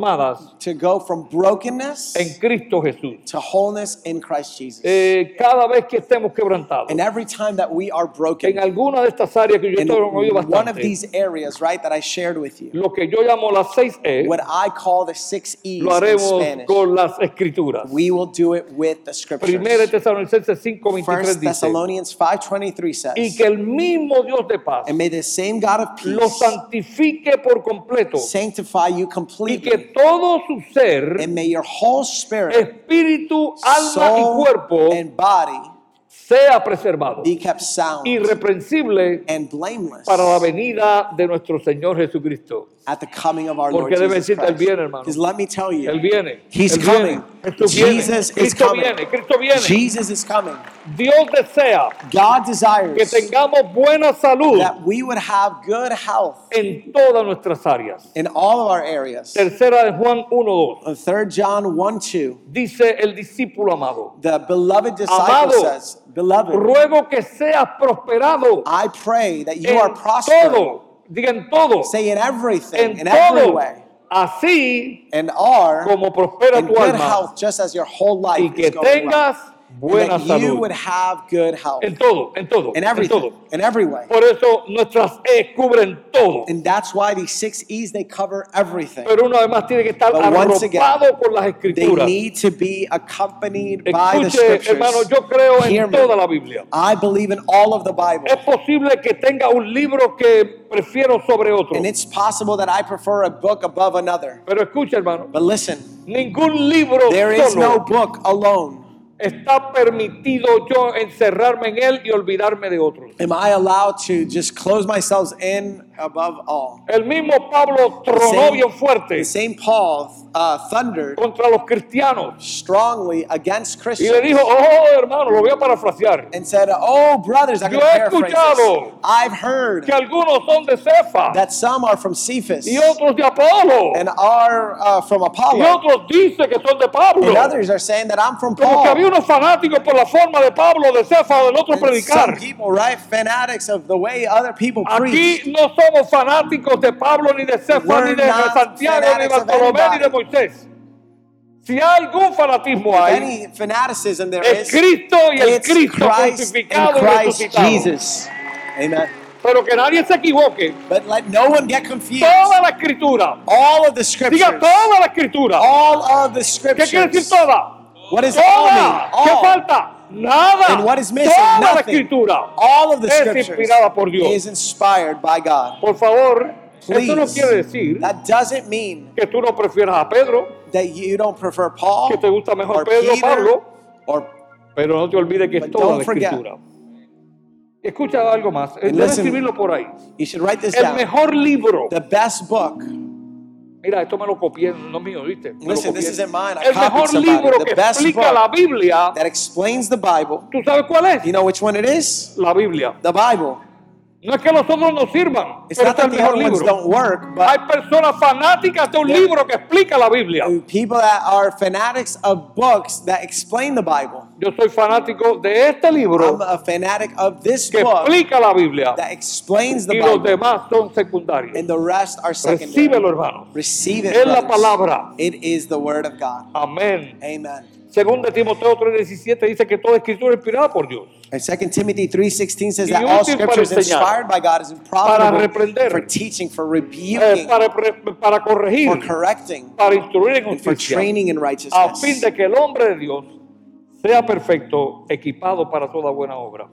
Speaker 2: to go from brokenness
Speaker 1: en Cristo Jesús.
Speaker 2: to wholeness in Christ Jesus.
Speaker 1: Eh, cada vez que estemos quebrantados,
Speaker 2: and every time that we are
Speaker 1: en
Speaker 2: broken,
Speaker 1: alguna de estas áreas que yo
Speaker 2: in
Speaker 1: te he oído
Speaker 2: one of
Speaker 1: bastante,
Speaker 2: these areas, right, that I shared with you,
Speaker 1: lo que yo llamo las seis E,
Speaker 2: what I call the six E's
Speaker 1: lo
Speaker 2: in
Speaker 1: haremos
Speaker 2: Spanish,
Speaker 1: con las escrituras.
Speaker 2: we will do it with the scriptures.
Speaker 1: Primera de Tesalonicenses 5:23
Speaker 2: First
Speaker 1: dice,
Speaker 2: Thessalonians 5.23 says,
Speaker 1: y que el mismo Dios de paz
Speaker 2: And may the same God of
Speaker 1: lo
Speaker 2: peace
Speaker 1: santifique por completo
Speaker 2: sanctify you
Speaker 1: y que
Speaker 2: completely.
Speaker 1: todo su ser,
Speaker 2: And may your whole spirit,
Speaker 1: espíritu, alma y
Speaker 2: soul,
Speaker 1: cuerpo
Speaker 2: and body
Speaker 1: sea preservado,
Speaker 2: be kept sound
Speaker 1: irreprensible
Speaker 2: and blameless
Speaker 1: para la venida de nuestro Señor Jesucristo.
Speaker 2: at the coming of our
Speaker 1: Porque
Speaker 2: Lord
Speaker 1: debe
Speaker 2: Jesus
Speaker 1: decirte, "Él
Speaker 2: Christ."
Speaker 1: viene, hermano.
Speaker 2: Because let me tell you,
Speaker 1: Él viene.
Speaker 2: He's
Speaker 1: Él viene.
Speaker 2: coming.
Speaker 1: Cristo viene.
Speaker 2: Jesus is
Speaker 1: Cristo
Speaker 2: coming.
Speaker 1: viene. Cristo viene.
Speaker 2: Jesus is coming.
Speaker 1: Dios desea
Speaker 2: God
Speaker 1: que
Speaker 2: desires
Speaker 1: tengamos buena salud
Speaker 2: that we would have good health
Speaker 1: en todas nuestras áreas.
Speaker 2: in all of our areas.
Speaker 1: Tercera de Juan 1:2
Speaker 2: In 3 John 1 2,
Speaker 1: dice el discípulo amado,
Speaker 2: the beloved disciple
Speaker 1: Amado,
Speaker 2: says, Beloved,
Speaker 1: ruego que seas prosperado
Speaker 2: I pray that you
Speaker 1: en
Speaker 2: are prospering.
Speaker 1: todo, diga en todo,
Speaker 2: Say in everything,
Speaker 1: en
Speaker 2: in every
Speaker 1: todo,
Speaker 2: way,
Speaker 1: así
Speaker 2: and are
Speaker 1: como prospera
Speaker 2: in
Speaker 1: tu
Speaker 2: good
Speaker 1: alma
Speaker 2: health, just as your whole life
Speaker 1: y que
Speaker 2: is going well.
Speaker 1: tengas
Speaker 2: And
Speaker 1: buena
Speaker 2: that you
Speaker 1: salud
Speaker 2: would have good health
Speaker 1: en todo, en todo, en
Speaker 2: in everything,
Speaker 1: todo.
Speaker 2: in every way.
Speaker 1: Por eso nuestras E cubren todo.
Speaker 2: And that's why these six E's they cover everything.
Speaker 1: Pero uno además tiene que estar
Speaker 2: But once again,
Speaker 1: arropado por las
Speaker 2: They
Speaker 1: escrituras.
Speaker 2: need to be accompanied by the
Speaker 1: Escuche, hermano,
Speaker 2: scriptures.
Speaker 1: yo creo
Speaker 2: Hear
Speaker 1: en
Speaker 2: me.
Speaker 1: toda la Biblia.
Speaker 2: I believe in all of the Bible.
Speaker 1: Es posible que tenga un libro que prefiero sobre otro.
Speaker 2: And it's possible that I prefer a book above another.
Speaker 1: Pero escucha, hermano,
Speaker 2: But listen,
Speaker 1: ningún libro
Speaker 2: there is no
Speaker 1: solo
Speaker 2: book alone.
Speaker 1: está permitido yo encerrarme en él y olvidarme de otros.
Speaker 2: Am I allowed to just close myself in above all?
Speaker 1: El mismo Pablo tronó bien fuerte
Speaker 2: the same Paul uh, thundered
Speaker 1: contra los cristianos
Speaker 2: strongly against
Speaker 1: y
Speaker 2: Christians
Speaker 1: le dijo, oh hermano, lo voy a parafrasear,
Speaker 2: and said, Oh, brothers, I'm
Speaker 1: Yo
Speaker 2: going to
Speaker 1: he
Speaker 2: paraphrase this.
Speaker 1: escuchado
Speaker 2: I've heard
Speaker 1: que algunos son de Cefa
Speaker 2: that some are from Cephas
Speaker 1: y otros de Apolo
Speaker 2: and are uh, from
Speaker 1: y
Speaker 2: Apollo.
Speaker 1: otros dicen que son de Pablo.
Speaker 2: And others are saying that I'm from
Speaker 1: Como que había
Speaker 2: Paul.
Speaker 1: unos fanáticos por la forma de Pablo, de Cefa o del otro
Speaker 2: And some
Speaker 1: predicar.
Speaker 2: people, right? Fanatics of the way other people
Speaker 1: Aquí
Speaker 2: preach.
Speaker 1: no somos fanáticos de Pablo, ni de Cefa,
Speaker 2: We're
Speaker 1: ni de
Speaker 2: not
Speaker 1: Santiago, ni de
Speaker 2: fanatics of
Speaker 1: Bartolomé, ni de
Speaker 2: anybody.
Speaker 1: Moisés. Si hay algún fanatismo hay,
Speaker 2: Any fanaticism there
Speaker 1: es
Speaker 2: is,
Speaker 1: Cristo y el
Speaker 2: it's
Speaker 1: Cristo
Speaker 2: Christ and
Speaker 1: crucificado y
Speaker 2: Christ
Speaker 1: resucitado.
Speaker 2: Jesus. Amen.
Speaker 1: Pero que nadie se equivoque.
Speaker 2: But let no one get confused.
Speaker 1: Toda la escritura,
Speaker 2: All of the scriptures.
Speaker 1: diga toda la escritura.
Speaker 2: All of the
Speaker 1: ¿Qué quiere decir
Speaker 2: scriptures.
Speaker 1: toda?
Speaker 2: What is all mean?
Speaker 1: Toda. ¿Qué
Speaker 2: All.
Speaker 1: falta? Nada.
Speaker 2: And what is missing?
Speaker 1: Toda la
Speaker 2: Nothing.
Speaker 1: escritura.
Speaker 2: All of the
Speaker 1: Es
Speaker 2: scriptures
Speaker 1: inspirada por Dios.
Speaker 2: is inspired by God.
Speaker 1: Por favor,
Speaker 2: Please.
Speaker 1: esto no quiere decir
Speaker 2: That doesn't mean
Speaker 1: que tú no prefieras a Pedro,
Speaker 2: that you don't prefer Paul
Speaker 1: que te gusta mejor
Speaker 2: or
Speaker 1: Pedro
Speaker 2: Peter
Speaker 1: Pablo,
Speaker 2: or
Speaker 1: pero no te olvides que es
Speaker 2: But
Speaker 1: toda
Speaker 2: don't
Speaker 1: la
Speaker 2: forget.
Speaker 1: escritura. Escucha algo más, eh, debes
Speaker 2: listen.
Speaker 1: escribirlo por ahí.
Speaker 2: you should write this
Speaker 1: El
Speaker 2: down.
Speaker 1: mejor libro.
Speaker 2: The best book.
Speaker 1: Mira, esto me lo copié, no es mío, ¿viste? Me lo
Speaker 2: Listen,
Speaker 1: copié.
Speaker 2: this isn't mine, I
Speaker 1: El
Speaker 2: copied
Speaker 1: mejor
Speaker 2: somebody.
Speaker 1: libro
Speaker 2: The
Speaker 1: que
Speaker 2: best
Speaker 1: explica
Speaker 2: book.
Speaker 1: la Biblia,
Speaker 2: that explains the Bible.
Speaker 1: ¿tú sabes cuál
Speaker 2: You
Speaker 1: es?
Speaker 2: know which one it is?
Speaker 1: La Biblia.
Speaker 2: The Bible.
Speaker 1: No es que los otros no sirvan,
Speaker 2: It's
Speaker 1: pero este
Speaker 2: not
Speaker 1: es
Speaker 2: that
Speaker 1: el
Speaker 2: the
Speaker 1: mejor
Speaker 2: other ones
Speaker 1: libro.
Speaker 2: don't work,
Speaker 1: Hay
Speaker 2: but
Speaker 1: personas fanáticas de un
Speaker 2: There-
Speaker 1: libro que explica la Biblia.
Speaker 2: people that are fanatics of books that explain the Bible.
Speaker 1: Yo soy fanático de este libro
Speaker 2: I'm a fanatic of this
Speaker 1: que
Speaker 2: book
Speaker 1: explica la Biblia.
Speaker 2: that explains
Speaker 1: y
Speaker 2: the
Speaker 1: los
Speaker 2: Bible,
Speaker 1: demás son secundarios.
Speaker 2: and the rest are secondary.
Speaker 1: Recíbelo, hermano.
Speaker 2: Receive it,
Speaker 1: Es la
Speaker 2: brothers.
Speaker 1: palabra.
Speaker 2: It is the word of God.
Speaker 1: Amén.
Speaker 2: Amen.
Speaker 1: Según de Timoteo 3:17 dice que toda escritura es inspirada por Dios
Speaker 2: And 2 Timothy 3.16 says
Speaker 1: Y
Speaker 2: that all
Speaker 1: útil para
Speaker 2: scripture is
Speaker 1: enseñar,
Speaker 2: inspired by God, is
Speaker 1: reprender,
Speaker 2: profitable for teaching, for
Speaker 1: eh,
Speaker 2: rebuking,
Speaker 1: para, pre- para corregir,
Speaker 2: for correcting,
Speaker 1: para instruir en
Speaker 2: and for
Speaker 1: justicia,
Speaker 2: training in
Speaker 1: a fin
Speaker 2: righteousness.
Speaker 1: de que el hombre de Dios sea perfecto, equipado para toda buena obra.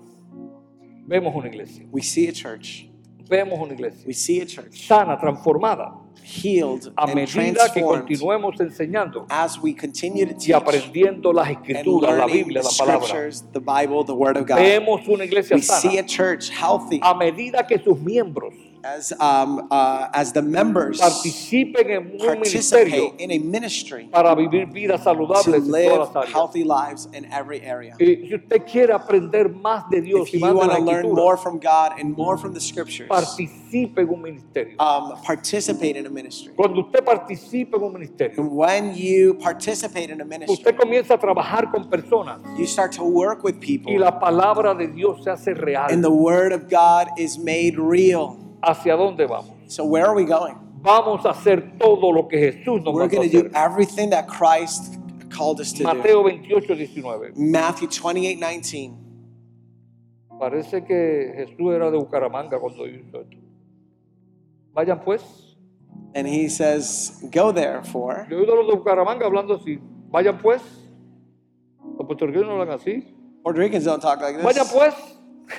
Speaker 1: Vemos una iglesia,
Speaker 2: We see a church.
Speaker 1: vemos una iglesia
Speaker 2: We see a church
Speaker 1: sana, transformada,
Speaker 2: healed
Speaker 1: a
Speaker 2: and
Speaker 1: medida que
Speaker 2: transformed
Speaker 1: continuemos enseñando
Speaker 2: as we continue to
Speaker 1: y
Speaker 2: teach
Speaker 1: aprendiendo las
Speaker 2: and
Speaker 1: escrituras, la
Speaker 2: learning
Speaker 1: Biblia,
Speaker 2: the
Speaker 1: la palabra.
Speaker 2: scriptures, the Bible, the Word of God.
Speaker 1: Vemos una iglesia
Speaker 2: We see
Speaker 1: sana
Speaker 2: a church healthy
Speaker 1: a medida que sus miembros
Speaker 2: as um, uh, as the members
Speaker 1: participen en un
Speaker 2: participate
Speaker 1: ministerio
Speaker 2: in a ministry
Speaker 1: para vivir vidas
Speaker 2: to
Speaker 1: saludables en
Speaker 2: live
Speaker 1: todas las áreas.
Speaker 2: healthy lives in every area.
Speaker 1: Y si usted quiere aprender más de Dios
Speaker 2: If
Speaker 1: y
Speaker 2: you
Speaker 1: más de
Speaker 2: want
Speaker 1: la
Speaker 2: to learn more
Speaker 1: Escritura,
Speaker 2: from God and more from the scriptures,
Speaker 1: participe en un ministerio.
Speaker 2: um, participate in a ministry.
Speaker 1: Cuando usted participe en un ministerio,
Speaker 2: And when you participate in a ministry,
Speaker 1: usted comienza a trabajar con personas
Speaker 2: you start to work with
Speaker 1: y
Speaker 2: people,
Speaker 1: la palabra de Dios se hace
Speaker 2: and
Speaker 1: real.
Speaker 2: the Word of God is made real.
Speaker 1: ¿Hacia dónde vamos?
Speaker 2: So where are we going?
Speaker 1: Vamos a hacer todo lo que Jesús nos
Speaker 2: We're
Speaker 1: mandó a
Speaker 2: going to
Speaker 1: hacer.
Speaker 2: do everything that Christ called us to do.
Speaker 1: Mateo 28, 19.
Speaker 2: Matthew 28 19.
Speaker 1: Parece que Jesús era de Bucaramanga cuando hizo esto. Vayan pues.
Speaker 2: And he says, Go therefore.
Speaker 1: Yo he oído a los de Bucaramanga hablando así. Vayan pues. Los puertorriqueños no hablan así.
Speaker 2: Puerto Ricans don't talk like
Speaker 1: Vayan
Speaker 2: this.
Speaker 1: pues.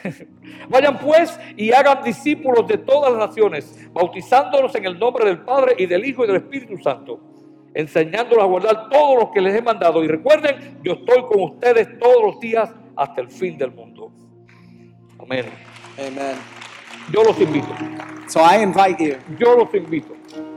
Speaker 1: Vayan pues y hagan discípulos de todas las naciones, bautizándolos en el nombre del Padre y del Hijo y del Espíritu Santo, enseñándolos a guardar todo lo que les he mandado. Y recuerden, yo estoy con ustedes todos los días hasta el fin del mundo. Amén.
Speaker 2: Amen.
Speaker 1: Yo los invito,
Speaker 2: So I invite you,
Speaker 1: yo los invito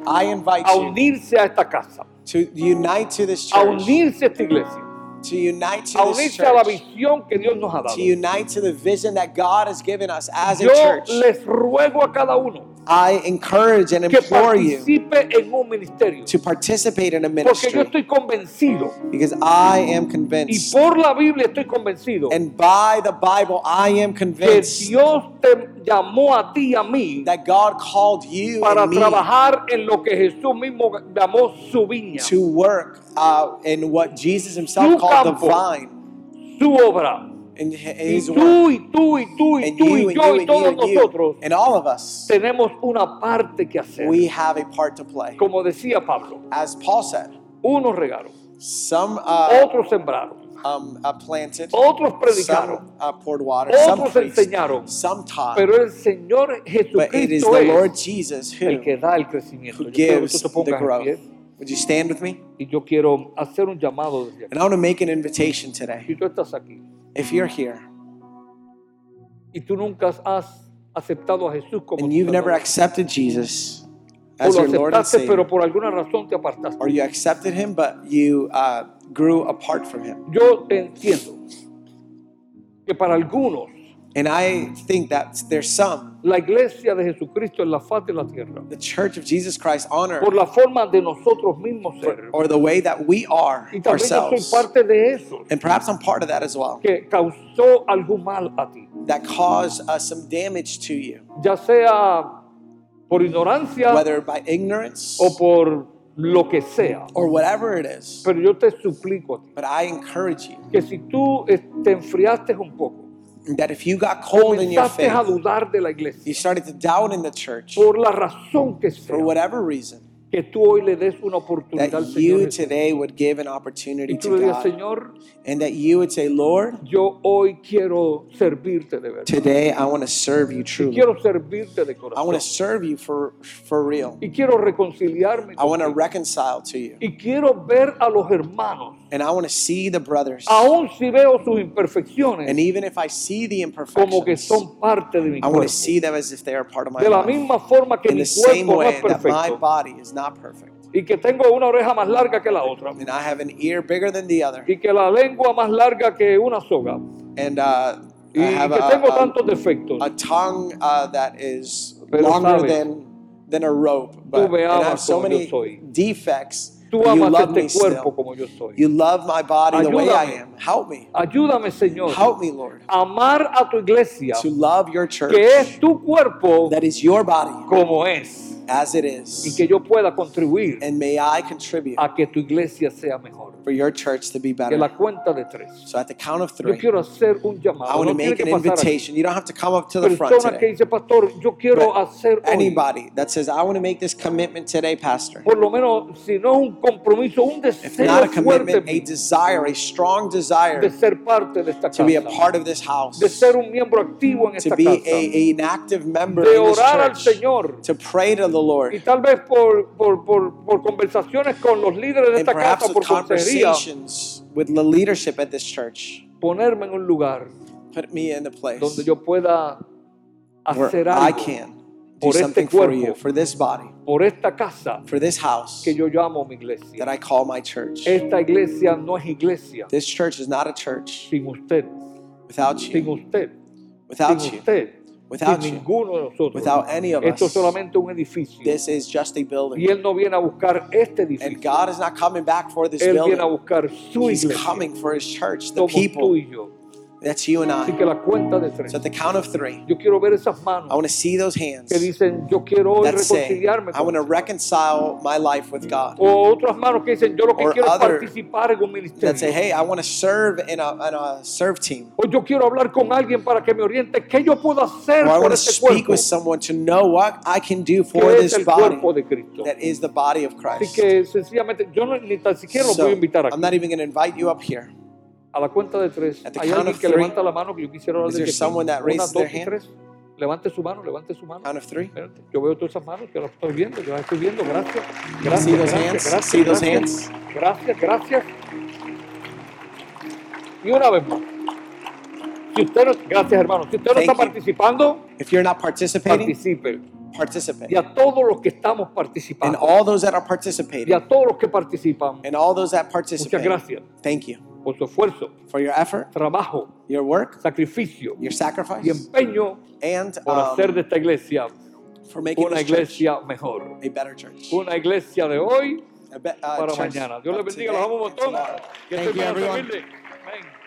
Speaker 2: I invite
Speaker 1: a
Speaker 2: you
Speaker 1: unirse a esta casa,
Speaker 2: to unite to this
Speaker 1: a
Speaker 2: church,
Speaker 1: unirse a esta iglesia,
Speaker 2: to unite
Speaker 1: a
Speaker 2: to this
Speaker 1: unirse a la
Speaker 2: church,
Speaker 1: visión que Dios nos ha dado.
Speaker 2: to unite to the vision that God has given us as a
Speaker 1: Yo
Speaker 2: church.
Speaker 1: les ruego a cada uno
Speaker 2: I encourage and
Speaker 1: que
Speaker 2: implore you
Speaker 1: participe en un ministerio.
Speaker 2: to participate in a
Speaker 1: Porque yo
Speaker 2: ministry
Speaker 1: estoy convencido
Speaker 2: because I am
Speaker 1: y
Speaker 2: convinced,
Speaker 1: por la Biblia estoy convencido
Speaker 2: and by the Bible, I am
Speaker 1: que
Speaker 2: convinced
Speaker 1: Dios te llamó a ti y a mí
Speaker 2: that God called you
Speaker 1: para
Speaker 2: and me
Speaker 1: trabajar en lo que Jesús mismo llamó su viña, su
Speaker 2: to work uh, in what Jesus
Speaker 1: Su
Speaker 2: himself called the
Speaker 1: campo.
Speaker 2: vine
Speaker 1: obra.
Speaker 2: in
Speaker 1: Y
Speaker 2: his work.
Speaker 1: tú y tú y tú y
Speaker 2: And
Speaker 1: tú
Speaker 2: you
Speaker 1: y
Speaker 2: and
Speaker 1: yo
Speaker 2: you
Speaker 1: y
Speaker 2: and you
Speaker 1: todos
Speaker 2: and you
Speaker 1: nosotros
Speaker 2: and all of us,
Speaker 1: tenemos una parte que hacer.
Speaker 2: we have a part to play.
Speaker 1: Como decía Pablo,
Speaker 2: As Paul said,
Speaker 1: unos regaron,
Speaker 2: some uh,
Speaker 1: otros sembraron,
Speaker 2: um, uh, planted,
Speaker 1: otros Oh, predicaron,
Speaker 2: some uh, poured water, some
Speaker 1: otros
Speaker 2: preached,
Speaker 1: enseñaron,
Speaker 2: some taught,
Speaker 1: pero el Señor
Speaker 2: but it is the
Speaker 1: Jesucristo es
Speaker 2: Lord Jesus
Speaker 1: el
Speaker 2: who
Speaker 1: que da el crecimiento.
Speaker 2: who
Speaker 1: Yo quiero que tú
Speaker 2: gives
Speaker 1: te
Speaker 2: the
Speaker 1: pongas en
Speaker 2: growth.
Speaker 1: pie
Speaker 2: Would you stand with me?
Speaker 1: y yo quiero hacer un llamado desde aquí.
Speaker 2: And I want to make an invitation today.
Speaker 1: Si tú estás aquí
Speaker 2: If you're here
Speaker 1: y tú nunca has aceptado a Jesús como
Speaker 2: and
Speaker 1: tu
Speaker 2: you've never
Speaker 1: Salvador,
Speaker 2: accepted Jesus
Speaker 1: o
Speaker 2: as your
Speaker 1: lo
Speaker 2: Lord and
Speaker 1: aceptaste
Speaker 2: Savior,
Speaker 1: pero por alguna razón te apartaste.
Speaker 2: or you accepted Him but you uh, grew apart from Him,
Speaker 1: Yo entiendo que para algunos
Speaker 2: and I think that there's some
Speaker 1: la iglesia de Jesucristo en la faz de la tierra,
Speaker 2: the Church of Jesus Christ on earth
Speaker 1: por la forma de nosotros mismos ser,
Speaker 2: or the way that we are
Speaker 1: y también yo soy
Speaker 2: ourselves,
Speaker 1: parte de eso,
Speaker 2: and perhaps I'm part of that as well,
Speaker 1: que causó algún mal a ti,
Speaker 2: that caused uh, some damage to you,
Speaker 1: ya sea por ignorancia
Speaker 2: whether by ignorance
Speaker 1: o por lo que sea.
Speaker 2: or whatever it is.
Speaker 1: Pero yo te suplico a ti
Speaker 2: But I encourage you
Speaker 1: que si tú eh, te enfriaste un poco,
Speaker 2: that if you got cold in your
Speaker 1: comenzaste
Speaker 2: faith,
Speaker 1: a dudar de la
Speaker 2: you
Speaker 1: iglesia
Speaker 2: started to doubt in the church
Speaker 1: por la razón que sea,
Speaker 2: for whatever reason,
Speaker 1: que tú hoy le des una oportunidad
Speaker 2: that
Speaker 1: al Señor
Speaker 2: you
Speaker 1: Jesús.
Speaker 2: today would give an opportunity
Speaker 1: y tú le
Speaker 2: to
Speaker 1: digas,
Speaker 2: God
Speaker 1: Señor,
Speaker 2: and that you would say, Lord,
Speaker 1: yo hoy quiero servirte de verdad,
Speaker 2: today I want to serve you truly.
Speaker 1: quiero servirte de
Speaker 2: I
Speaker 1: corazón
Speaker 2: want to serve you for, for real.
Speaker 1: y quiero reconciliarme
Speaker 2: I want to
Speaker 1: contigo.
Speaker 2: reconcile to you.
Speaker 1: y quiero ver a los hermanos,
Speaker 2: And I want to see the brothers.
Speaker 1: aun si veo sus imperfecciones,
Speaker 2: And even if I see the
Speaker 1: como que
Speaker 2: imperfections,
Speaker 1: son parte de mi
Speaker 2: I want to
Speaker 1: cuerpo.
Speaker 2: see them as if they are part of my
Speaker 1: De la
Speaker 2: life.
Speaker 1: misma forma que
Speaker 2: In
Speaker 1: mi
Speaker 2: the same
Speaker 1: cuerpo no es
Speaker 2: way that my
Speaker 1: perfecto
Speaker 2: body is not perfect.
Speaker 1: y que tengo una oreja más larga que la otra
Speaker 2: And I have an ear bigger than the other.
Speaker 1: y que la lengua más larga que una soga
Speaker 2: And uh, I
Speaker 1: y
Speaker 2: have
Speaker 1: que
Speaker 2: a,
Speaker 1: tengo
Speaker 2: a-
Speaker 1: tantos defectos.
Speaker 2: a tongue uh, that is
Speaker 1: Pero
Speaker 2: longer
Speaker 1: sabes,
Speaker 2: than than a rope. But
Speaker 1: me
Speaker 2: and I have
Speaker 1: amas
Speaker 2: so
Speaker 1: como yo
Speaker 2: many
Speaker 1: soy.
Speaker 2: defects.
Speaker 1: Tú
Speaker 2: but you
Speaker 1: amas
Speaker 2: love me
Speaker 1: este cuerpo
Speaker 2: still.
Speaker 1: como yo soy.
Speaker 2: You love my body the way I
Speaker 1: Ayúdame.
Speaker 2: am. Help me.
Speaker 1: Ayúdame, Señor,
Speaker 2: Help me, Lord,
Speaker 1: a amar a tu iglesia,
Speaker 2: to love your church
Speaker 1: que es tu cuerpo
Speaker 2: that is your body
Speaker 1: como es,
Speaker 2: as it
Speaker 1: y
Speaker 2: is.
Speaker 1: que yo pueda contribuir
Speaker 2: And may I contribute
Speaker 1: a que tu iglesia sea mejor.
Speaker 2: for your church to be
Speaker 1: Que
Speaker 2: better.
Speaker 1: la cuenta de tres.
Speaker 2: So at the count of
Speaker 1: Yo
Speaker 2: three,
Speaker 1: quiero hacer un
Speaker 2: I
Speaker 1: llamado.
Speaker 2: want
Speaker 1: No
Speaker 2: to
Speaker 1: tiene
Speaker 2: make
Speaker 1: que
Speaker 2: an
Speaker 1: pasar aquí.
Speaker 2: invitation. You don't have to come up to the front
Speaker 1: Persona que
Speaker 2: today.
Speaker 1: dice, pastor, yo quiero
Speaker 2: But
Speaker 1: hacer hoy
Speaker 2: Anybody that says, I want to make this commitment today, Pastor.
Speaker 1: por lo menos, si no un compromiso, un
Speaker 2: If
Speaker 1: deseo
Speaker 2: not a
Speaker 1: fuerte
Speaker 2: commitment, a desire, a strong
Speaker 1: de
Speaker 2: desire
Speaker 1: ser parte de esta
Speaker 2: to be a
Speaker 1: casa,
Speaker 2: part of this house,
Speaker 1: de ser un miembro activo en
Speaker 2: to
Speaker 1: esta
Speaker 2: be
Speaker 1: casa,
Speaker 2: a, an active member
Speaker 1: de
Speaker 2: in this
Speaker 1: orar al
Speaker 2: church,
Speaker 1: Señor
Speaker 2: to pray to the
Speaker 1: y
Speaker 2: Lord,
Speaker 1: tal vez por, por, por, por conversaciones con los líderes de
Speaker 2: and
Speaker 1: esta
Speaker 2: perhaps
Speaker 1: casa, por
Speaker 2: with
Speaker 1: consejería,
Speaker 2: conversations with the leadership at this church.
Speaker 1: ponerme en un lugar
Speaker 2: Put me in a place
Speaker 1: donde yo pueda hacer
Speaker 2: where I
Speaker 1: algo
Speaker 2: can
Speaker 1: por
Speaker 2: do
Speaker 1: este
Speaker 2: something for
Speaker 1: cuerpo.
Speaker 2: you, for this body,
Speaker 1: por esta casa
Speaker 2: for this house
Speaker 1: que yo llamo mi iglesia.
Speaker 2: that I call my church.
Speaker 1: Esta iglesia no es iglesia
Speaker 2: This church is not a church
Speaker 1: sin usted,
Speaker 2: without
Speaker 1: sin
Speaker 2: you,
Speaker 1: usted,
Speaker 2: without
Speaker 1: sin
Speaker 2: you,
Speaker 1: usted,
Speaker 2: without
Speaker 1: sin
Speaker 2: you,
Speaker 1: ninguno de nosotros.
Speaker 2: without any of
Speaker 1: Esto es
Speaker 2: us.
Speaker 1: solamente un edificio.
Speaker 2: This is just a
Speaker 1: y
Speaker 2: building.
Speaker 1: Él no viene a buscar este
Speaker 2: And
Speaker 1: edificio.
Speaker 2: God is not coming back for this
Speaker 1: Él viene a
Speaker 2: building.
Speaker 1: buscar su
Speaker 2: He's
Speaker 1: iglesia
Speaker 2: coming for his church, the
Speaker 1: como tú
Speaker 2: people
Speaker 1: y yo.
Speaker 2: That's you and
Speaker 1: Así
Speaker 2: I.
Speaker 1: que la cuenta de tres.
Speaker 2: So at the count of three,
Speaker 1: Yo quiero ver esas
Speaker 2: I
Speaker 1: manos
Speaker 2: want to see those hands
Speaker 1: que dicen, yo quiero hoy
Speaker 2: that say,
Speaker 1: reconciliarme
Speaker 2: I
Speaker 1: con Oh,
Speaker 2: want to reconcile my life with God.
Speaker 1: O otras manos que dicen, yo lo que
Speaker 2: Or
Speaker 1: quiero es
Speaker 2: other-
Speaker 1: participar en un
Speaker 2: That say,
Speaker 1: ministerio.
Speaker 2: hey, I want to serve in a, in a serve team.
Speaker 1: O yo quiero hablar con alguien para que me oriente qué yo puedo hacer
Speaker 2: Or I
Speaker 1: por
Speaker 2: want to
Speaker 1: este
Speaker 2: speak
Speaker 1: cuerpo
Speaker 2: with someone to know what I can do for
Speaker 1: que es
Speaker 2: this
Speaker 1: el
Speaker 2: body
Speaker 1: cuerpo de Cristo.
Speaker 2: that is the body of
Speaker 1: Así
Speaker 2: Christ.
Speaker 1: que sencillamente yo no- ni tan siquiera lo
Speaker 2: So,
Speaker 1: voy a invitar
Speaker 2: I'm
Speaker 1: aquí.
Speaker 2: not even going to invite you up here.
Speaker 1: A la cuenta de tres,
Speaker 2: At the
Speaker 1: hay
Speaker 2: count
Speaker 1: alguien
Speaker 2: of
Speaker 1: que
Speaker 2: three,
Speaker 1: levanta la mano que yo quisiera hablar
Speaker 2: is
Speaker 1: de
Speaker 2: there someone that
Speaker 1: Una,
Speaker 2: raises
Speaker 1: dos
Speaker 2: their
Speaker 1: y
Speaker 2: hand?
Speaker 1: tres. Levante su mano, levante su mano.
Speaker 2: Count of three.
Speaker 1: Espérate, Yo veo todas esas manos, yo las estoy viendo, yo las estoy viendo. Gracias.
Speaker 2: See
Speaker 1: Gracias,
Speaker 2: those hands?
Speaker 1: gracias,
Speaker 2: See those
Speaker 1: gracias, gracias, gracias, gracias. Y una vez más. Si usted no, gracias, hermano. Si usted no
Speaker 2: Thank
Speaker 1: está
Speaker 2: you.
Speaker 1: participando,
Speaker 2: If you're not participating,
Speaker 1: participe.
Speaker 2: participate.
Speaker 1: Y a todos los que estamos
Speaker 2: And
Speaker 1: participando,
Speaker 2: all those that are
Speaker 1: y
Speaker 2: participating,
Speaker 1: a todos los que participan,
Speaker 2: and all those that
Speaker 1: muchas
Speaker 2: participate,
Speaker 1: gracias
Speaker 2: thank you
Speaker 1: por su esfuerzo,
Speaker 2: for your effort,
Speaker 1: trabajo,
Speaker 2: your work,
Speaker 1: sacrificio y
Speaker 2: your sacrifice,
Speaker 1: empeño
Speaker 2: and
Speaker 1: por hacer
Speaker 2: um,
Speaker 1: de esta iglesia
Speaker 2: for making
Speaker 1: una
Speaker 2: this church
Speaker 1: iglesia mejor.
Speaker 2: a better church.
Speaker 1: Una iglesia de hoy
Speaker 2: A be- uh,
Speaker 1: para
Speaker 2: church
Speaker 1: mañana. Dios
Speaker 2: of
Speaker 1: les bendiga,
Speaker 2: today
Speaker 1: los amo un
Speaker 2: and
Speaker 1: montón.
Speaker 2: tomorrow.
Speaker 1: Que estén
Speaker 2: Thank you,
Speaker 1: bien,
Speaker 2: everyone.
Speaker 1: servirle. Amén.